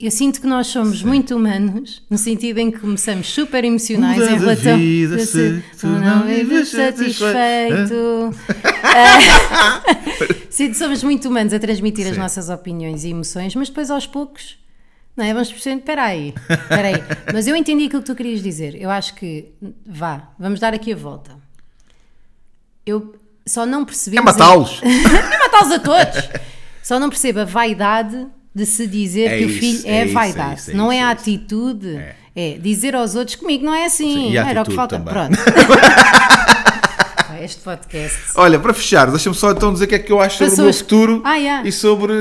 Speaker 2: Eu sinto que nós somos muito humanos, no sentido em que começamos super emocionais
Speaker 3: Muda
Speaker 2: em
Speaker 3: de
Speaker 2: relação.
Speaker 3: vida se
Speaker 2: tu
Speaker 3: tu
Speaker 2: não
Speaker 3: não
Speaker 2: vives
Speaker 3: vives
Speaker 2: satisfeito. Ah, Sinto que somos muito humanos a transmitir as
Speaker 3: Sim.
Speaker 2: nossas opiniões e emoções, mas depois aos poucos. Não é? Vamos percebendo, espera aí, espera aí. Mas eu entendi aquilo que tu querias dizer. Eu acho que, vá, vamos dar aqui a volta. Eu só não percebi.
Speaker 3: É matá-los!
Speaker 2: É matá-los a todos. Só não percebo a vaidade de se dizer
Speaker 3: É
Speaker 2: que o
Speaker 3: isso,
Speaker 2: filho
Speaker 3: é
Speaker 2: é,
Speaker 3: isso,
Speaker 2: vaidade.
Speaker 3: é isso, é
Speaker 2: não
Speaker 3: isso,
Speaker 2: é a
Speaker 3: é isso.
Speaker 2: atitude. É. dizer aos outros comigo não é assim.
Speaker 3: Sim, e a
Speaker 2: Era o que
Speaker 3: atitude
Speaker 2: falta.
Speaker 3: também.
Speaker 2: Pronto. Ah, este podcast.
Speaker 3: Olha, para fechar, deixa-me só então dizer o que é que eu acho sobre o meu
Speaker 2: Pessoas-
Speaker 3: futuro
Speaker 2: Ah, yeah.
Speaker 3: e sobre.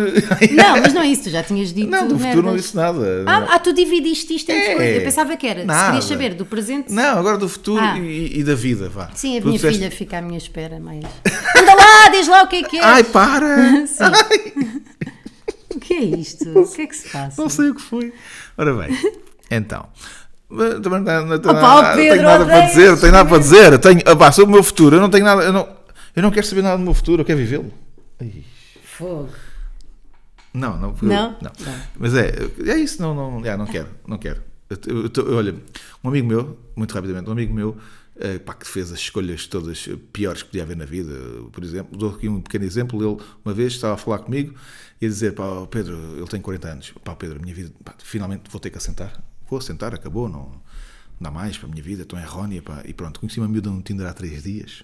Speaker 2: Não, mas não é isso. Tu já tinhas dito.
Speaker 3: não, do futuro não
Speaker 2: merdas.
Speaker 3: disse nada.
Speaker 2: Ah, ah, tu dividiste isto em
Speaker 3: É.
Speaker 2: coisas. Eu pensava que era. Se
Speaker 3: Nada.
Speaker 2: querias saber do presente.
Speaker 3: Não, agora do futuro
Speaker 2: Ah.
Speaker 3: e, e da vida, vá.
Speaker 2: Sim, a
Speaker 3: Tu
Speaker 2: minha
Speaker 3: disseste-
Speaker 2: filha fica à minha espera, mas. Anda lá, diz lá o que é que é.
Speaker 3: Ai, para!
Speaker 2: Sim. O que é isto? O que é que se passa?
Speaker 3: Não sei o que foi. Ora bem, então. Mas Também não, tenho- não tenho
Speaker 2: Opa,
Speaker 3: nada,
Speaker 2: o
Speaker 3: não
Speaker 2: Pedro
Speaker 3: tenho nada para
Speaker 2: odeia
Speaker 3: dizer, não
Speaker 2: isto,
Speaker 3: tenho nada para dizer. Eu Tenho, opá, sobre o meu futuro, eu não tenho nada. Eu não, eu não quero saber nada do meu futuro, eu quero vivê-lo. Ai,
Speaker 2: Fogo.
Speaker 3: Não, não, eu-
Speaker 2: Não?
Speaker 3: não.
Speaker 2: Não.
Speaker 3: Mas é, é isso, não, não, já, não quero, não quero. Eu te- eu tô- olha, um amigo meu, muito rapidamente, um amigo meu eh, pá, que fez as escolhas todas piores que podia haver na vida, por exemplo, dou aqui um pequeno exemplo, ele uma vez estava a falar comigo e a dizer, pá, ó Pedro, ele tem 40 anos, pá, Pedro, a minha vida, pá, finalmente vou ter que assentar, vou assentar, acabou, não, não dá mais para a minha vida, é tão errónea, pá, e pronto, conheci uma miúda no Tinder há 3 dias,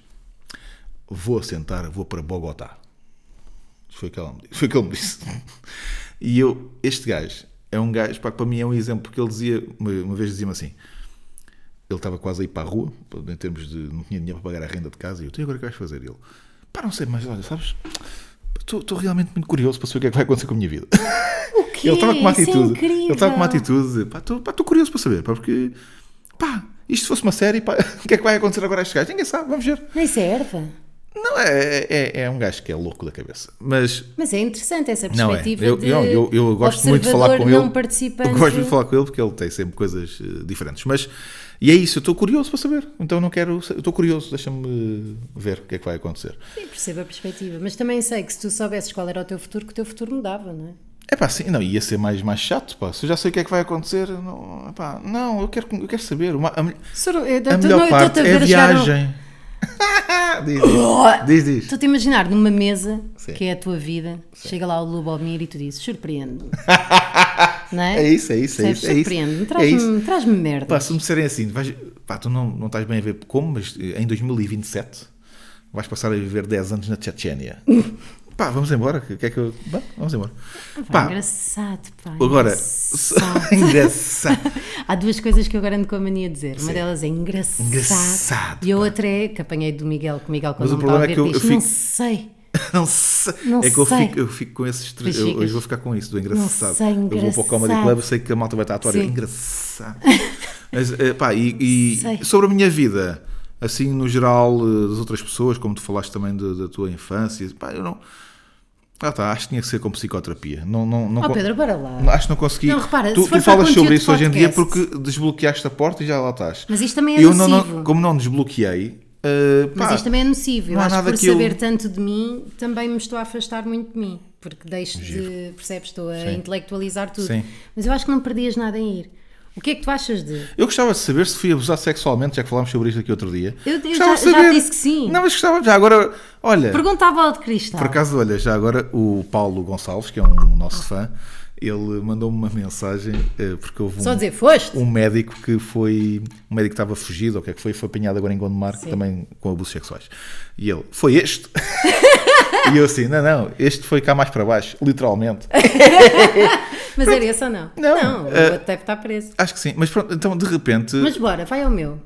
Speaker 3: vou assentar, vou para Bogotá. Foi o que ela me disse. Foi o que ele me disse. E eu, este gajo, é um gajo, pá, que para mim é um exemplo, porque ele dizia, uma, uma vez dizia-me assim, ele estava quase a ir para a rua, em termos de, não tinha dinheiro para pagar a renda de casa, e eu, "Então, e agora o que vais fazer? E ele, pá, não sei, mas olha, sabes, estou estou realmente muito curioso para saber o que é que vai acontecer com a minha vida.
Speaker 2: O quê?
Speaker 3: Ele estava com uma
Speaker 2: Isso é
Speaker 3: atitude. ele estava com uma
Speaker 2: incrível.
Speaker 3: atitude. Pá, estou curioso para saber, pá, porque, pá, isto se fosse uma série, pá, o que é que vai acontecer agora a este gajo? Ninguém sabe, vamos ver.
Speaker 2: Não, isso é erva.
Speaker 3: Não, é, é, é um gajo que é louco da cabeça, mas...
Speaker 2: Mas é interessante essa
Speaker 3: Não é.
Speaker 2: perspectiva.
Speaker 3: Eu,
Speaker 2: de
Speaker 3: eu, eu, eu gosto muito de falar
Speaker 2: observador
Speaker 3: com
Speaker 2: não
Speaker 3: ele.
Speaker 2: Participante.
Speaker 3: Eu gosto muito de falar com ele porque ele tem sempre coisas eh, diferentes. Mas e é isso, eu estou curioso para saber. Então não quero, sa- eu estou curioso, deixa-me eh, ver o que é que vai acontecer.
Speaker 2: Sim, percebo a perspectiva. Mas também sei que se tu soubesses qual era o teu futuro, que o teu futuro mudava, não é?
Speaker 3: É pá, sim, não, ia ser mais, mais chato, pá. Se eu já sei o que é que vai acontecer, não, epá, não eu quero, eu quero saber. Uma- a, me-
Speaker 2: Senhor, Então, eu
Speaker 3: a
Speaker 2: estou- não,
Speaker 3: melhor
Speaker 2: Oh, eu estou-te
Speaker 3: parte é a
Speaker 2: ver chegar ao-
Speaker 3: viagem. diz, diz, diz. diz.
Speaker 2: Estou-te a imaginar numa mesa
Speaker 3: Sim.
Speaker 2: que é a tua vida, chega lá o Lubomir e tu dizes: surpreende-me. Não é?
Speaker 3: É isso, é isso, é
Speaker 2: Percebes?
Speaker 3: isso. É isso.
Speaker 2: Surpreende-me,
Speaker 3: É isso.
Speaker 2: traz-me traz merda.
Speaker 3: Pá, se me disserem assim, vais- pá, tu não, não estás bem a ver como, mas eh, em 2027 vais passar a viver 10 anos na Chechênia. pá, vamos embora. que- que é que eu- Bom, vamos embora.
Speaker 2: Ah, Pá,
Speaker 3: Pá,
Speaker 2: engraçado, pá.
Speaker 3: agora,
Speaker 2: engraçado.
Speaker 3: engraçado.
Speaker 2: Há duas coisas que eu agora ando com a mania de dizer. Uma
Speaker 3: Sim.
Speaker 2: delas é engraçado.
Speaker 3: Engraçado,
Speaker 2: E a outra é que apanhei do Miguel, que o Miguel, quando
Speaker 3: Mas o
Speaker 2: me estava a
Speaker 3: problema é
Speaker 2: ver,
Speaker 3: que eu-
Speaker 2: diz:
Speaker 3: eu
Speaker 2: Não
Speaker 3: fico-
Speaker 2: sei,
Speaker 3: Não sei.
Speaker 2: Não
Speaker 3: é que eu
Speaker 2: sei.
Speaker 3: fico, eu fico com esses. tre-
Speaker 2: Pois
Speaker 3: Eu,
Speaker 2: ficas.
Speaker 3: hoje vou ficar com isso, do engraçado.
Speaker 2: sei,
Speaker 3: Eu vou para o Comedy
Speaker 2: engraçado.
Speaker 3: Club, eu sei que a malta vai estar à toalha.
Speaker 2: Sim.
Speaker 3: Engraçado. Mas, eh, pá, e, e
Speaker 2: Sei.
Speaker 3: sobre a minha vida, assim, no geral, eh, das outras pessoas, como tu falaste também da, da tua infância, pá, eu não. Ah, tá, acho que tinha que ser com psicoterapia. Não, não, não
Speaker 2: Ó
Speaker 3: con-
Speaker 2: Pedro, bora lá.
Speaker 3: Acho que não consegui.
Speaker 2: Não, repara,
Speaker 3: tu
Speaker 2: se for
Speaker 3: tu
Speaker 2: só
Speaker 3: falas sobre
Speaker 2: conteúdo
Speaker 3: isso hoje em dia
Speaker 2: podcast.
Speaker 3: porque desbloqueaste a porta e já lá estás.
Speaker 2: Mas isto também é
Speaker 3: eu não, não,
Speaker 2: nocivo.
Speaker 3: Como não desbloqueei. eh,
Speaker 2: Mas
Speaker 3: pá,
Speaker 2: isto também é nocivo. Eu
Speaker 3: não há
Speaker 2: acho que
Speaker 3: nada
Speaker 2: por
Speaker 3: que eu-
Speaker 2: saber tanto de mim, também me estou a afastar muito de mim. Porque deixo de. Percebes? Estou a
Speaker 3: Sim.
Speaker 2: intelectualizar tudo.
Speaker 3: Sim.
Speaker 2: Mas eu acho que não perdias nada em ir. O que é que tu achas de.
Speaker 3: Eu gostava de saber se fui abusado sexualmente, já que falámos sobre isto aqui outro dia.
Speaker 2: Eu- eu
Speaker 3: Gostava
Speaker 2: já- já disse que sim.
Speaker 3: Não, mas gostava já. Agora, olha,
Speaker 2: Perguntava ao de Cristal.
Speaker 3: por acaso, olha, já agora o Paulo Gonçalves, que é um nosso fã, ele mandou-me uma mensagem, eh, porque houve um,
Speaker 2: Só dizer, foste?
Speaker 3: um médico que foi. Um médico que estava fugido, ou o que é que foi, foi apanhado agora em Gondomar, também com abusos sexuais. E ele, foi este? e eu assim, não, não, este foi cá mais para baixo, literalmente.
Speaker 2: Mas era esse ou não?
Speaker 3: Não,
Speaker 2: o
Speaker 3: eh,
Speaker 2: outro deve estar preso.
Speaker 3: Acho que sim, mas pronto, então de repente.
Speaker 2: Mas bora, vai ao meu.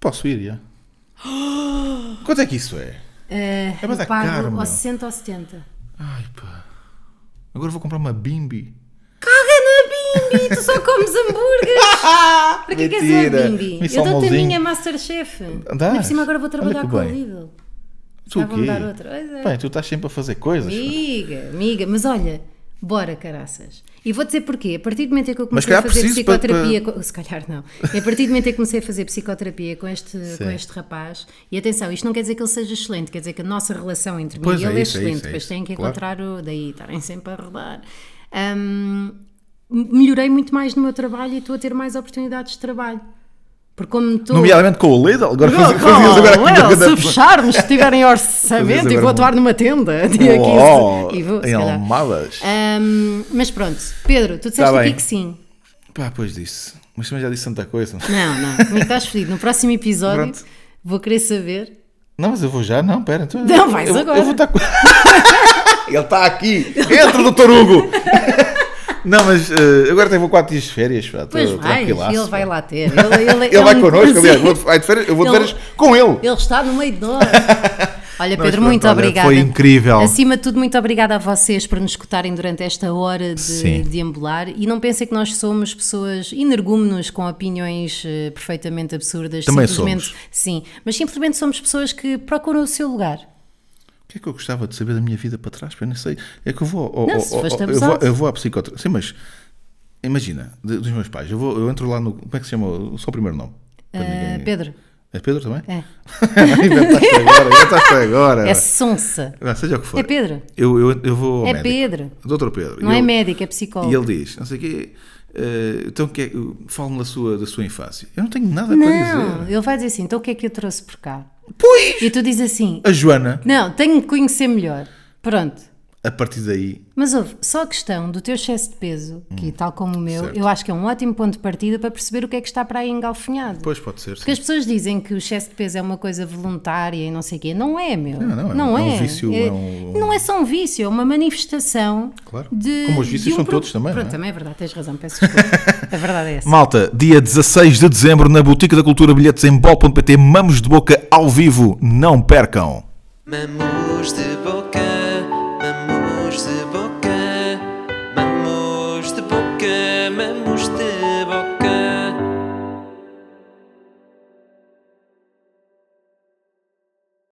Speaker 3: Posso ir, já. Quanto é que isso é?
Speaker 2: Eh,
Speaker 3: É, mas
Speaker 2: eu
Speaker 3: é
Speaker 2: pago
Speaker 3: caro, meu.
Speaker 2: aos 60 ou 70.
Speaker 3: Ai pá. Agora vou comprar uma bimbi.
Speaker 2: Caga na Bimbi, tu só comes hambúrgueres. Para que queres uma Bimbi?
Speaker 3: Missão
Speaker 2: Eu dou-te a
Speaker 3: malzinho.
Speaker 2: minha Masterchef. Ainda
Speaker 3: Dás?
Speaker 2: Por cima agora vou
Speaker 3: Olha
Speaker 2: trabalhar
Speaker 3: que
Speaker 2: com o
Speaker 3: bem.
Speaker 2: Lidl.
Speaker 3: Tu
Speaker 2: Já
Speaker 3: o
Speaker 2: vão
Speaker 3: quê?
Speaker 2: dar outra. Pois é.
Speaker 3: Bem, tu estás sempre a fazer coisas.
Speaker 2: Amiga, amiga, mas olha, bora caraças. E vou dizer porquê. A partir do momento em que eu comecei
Speaker 3: calhar
Speaker 2: a fazer
Speaker 3: preciso para-
Speaker 2: psicoterapia, com- se calhar não. A partir do momento em que comecei a fazer psicoterapia com este, com este rapaz, e atenção, isto não quer dizer que ele seja excelente, quer dizer que a nossa relação entre mim
Speaker 3: Pois
Speaker 2: e
Speaker 3: é
Speaker 2: ele é,
Speaker 3: isso, é
Speaker 2: excelente,
Speaker 3: isso, é
Speaker 2: depois
Speaker 3: isso,
Speaker 2: têm que
Speaker 3: claro.
Speaker 2: encontrar o daí, estarem sempre a rodar. Hum, melhorei muito mais no meu trabalho e estou a ter mais oportunidades de trabalho. Porque como estou
Speaker 3: Nomeadamente com o Lidl. Agora
Speaker 2: Oh,
Speaker 3: fazias fazias agora aqui
Speaker 2: well,
Speaker 3: uma grande-
Speaker 2: se fecharmos, se tiverem orçamento,
Speaker 3: Fazias
Speaker 2: e vou
Speaker 3: agora
Speaker 2: atuar numa tenda dia 15.
Speaker 3: Oh,
Speaker 2: é e vou, se
Speaker 3: em
Speaker 2: calhar. Ah.
Speaker 3: Almadas.
Speaker 2: Ahm, mas pronto, Pedro, tu disseste
Speaker 3: Tá
Speaker 2: aqui
Speaker 3: bem.
Speaker 2: que sim.
Speaker 3: Pá, pois disse. Mas também já disse tanta coisa.
Speaker 2: Não, não, como é que estás fedido? No próximo episódio
Speaker 3: Pronto.
Speaker 2: vou querer saber.
Speaker 3: Não, mas eu vou já. Não, pera. tu-
Speaker 2: Não, vais
Speaker 3: eu,
Speaker 2: agora.
Speaker 3: Eu vou estar com... Ele está aqui. Entra, doutor Hugo. Não, mas eh, agora tenho quatro dias de férias. Pá,
Speaker 2: Pois
Speaker 3: tô,
Speaker 2: vai,
Speaker 3: tranquilaço,
Speaker 2: ele
Speaker 3: pá.
Speaker 2: vai lá ter. Ele, ele-
Speaker 3: Ele vai
Speaker 2: ele-
Speaker 3: connosco, aliás,
Speaker 2: Sim,
Speaker 3: vou de- vai de férias- eu vou de
Speaker 2: Ele-
Speaker 3: férias com ele.
Speaker 2: Ele está no meio de nós. Olha,
Speaker 3: Não, mas
Speaker 2: Pedro,
Speaker 3: pronto,
Speaker 2: muito
Speaker 3: olha,
Speaker 2: obrigada.
Speaker 3: foi incrível.
Speaker 2: Acima de tudo, muito obrigada a vocês por nos escutarem durante esta hora de
Speaker 3: Sim.
Speaker 2: deambular. E não pensem que nós somos pessoas energúmenos com opiniões eh, perfeitamente absurdas.
Speaker 3: Também
Speaker 2: simplesmente,
Speaker 3: somos.
Speaker 2: Sim, mas simplesmente somos pessoas que procuram o seu lugar.
Speaker 3: O que é que eu gostava de saber da minha vida para trás? pá, Eu nem sei. É que eu vou. ao-
Speaker 2: Não,
Speaker 3: ao-
Speaker 2: se
Speaker 3: ao-
Speaker 2: foste
Speaker 3: eu, vou
Speaker 2: abusado.
Speaker 3: eu vou à psicoterapia. Sim, mas. Imagina, de- dos meus pais. Eu, vou, eu entro lá no. Como é que se chama? Só o primeiro nome. Para
Speaker 2: Ah,
Speaker 3: ninguém-
Speaker 2: Pedro,
Speaker 3: É Pedro também?
Speaker 2: É.
Speaker 3: inventaste agora, inventaste agora.
Speaker 2: é sonsa.
Speaker 3: Não, seja o que for.
Speaker 2: É Pedro.
Speaker 3: Eu, eu, eu vou. Ao
Speaker 2: É
Speaker 3: médico.
Speaker 2: Pedro.
Speaker 3: Doutor Pedro.
Speaker 2: Não
Speaker 3: E
Speaker 2: é
Speaker 3: ele-
Speaker 2: médico, é
Speaker 3: E
Speaker 2: psicólogo.
Speaker 3: ele diz, não sei o quê. eh, então, que é, fala-me da sua, da sua infância. Eu não tenho nada para
Speaker 2: Não,
Speaker 3: dizer.
Speaker 2: ele vai dizer assim: então o que é que eu trouxe por cá?
Speaker 3: Pois!
Speaker 2: E tu dizes assim:
Speaker 3: A Joana,
Speaker 2: não, tenho que conhecer melhor. Pronto.
Speaker 3: a partir daí,
Speaker 2: Mas houve só a questão do teu excesso de peso, que tal como o meu,
Speaker 3: Hum, certo.
Speaker 2: eu acho que é um ótimo ponto de partida para perceber o que é que está para aí engalfinhado.
Speaker 3: depois pode ser. sim.
Speaker 2: Porque as pessoas dizem que o excesso de peso é uma coisa voluntária e não sei o quê. Não é, meu.
Speaker 3: Não, não, é um- é um vício, é um-
Speaker 2: Não é só um vício, é uma manifestação
Speaker 3: Claro.
Speaker 2: de.
Speaker 3: Como os vícios
Speaker 2: de um
Speaker 3: são
Speaker 2: pro-
Speaker 3: todos também,
Speaker 2: Pronto,
Speaker 3: não é?
Speaker 2: também é verdade, tens razão, peço desculpa. a verdade é essa.
Speaker 3: Malta, dia 16 de dezembro na Boutique da Cultura, bilhetes em bol.pt, mamos de boca ao vivo, não percam!
Speaker 1: Mamus de boca,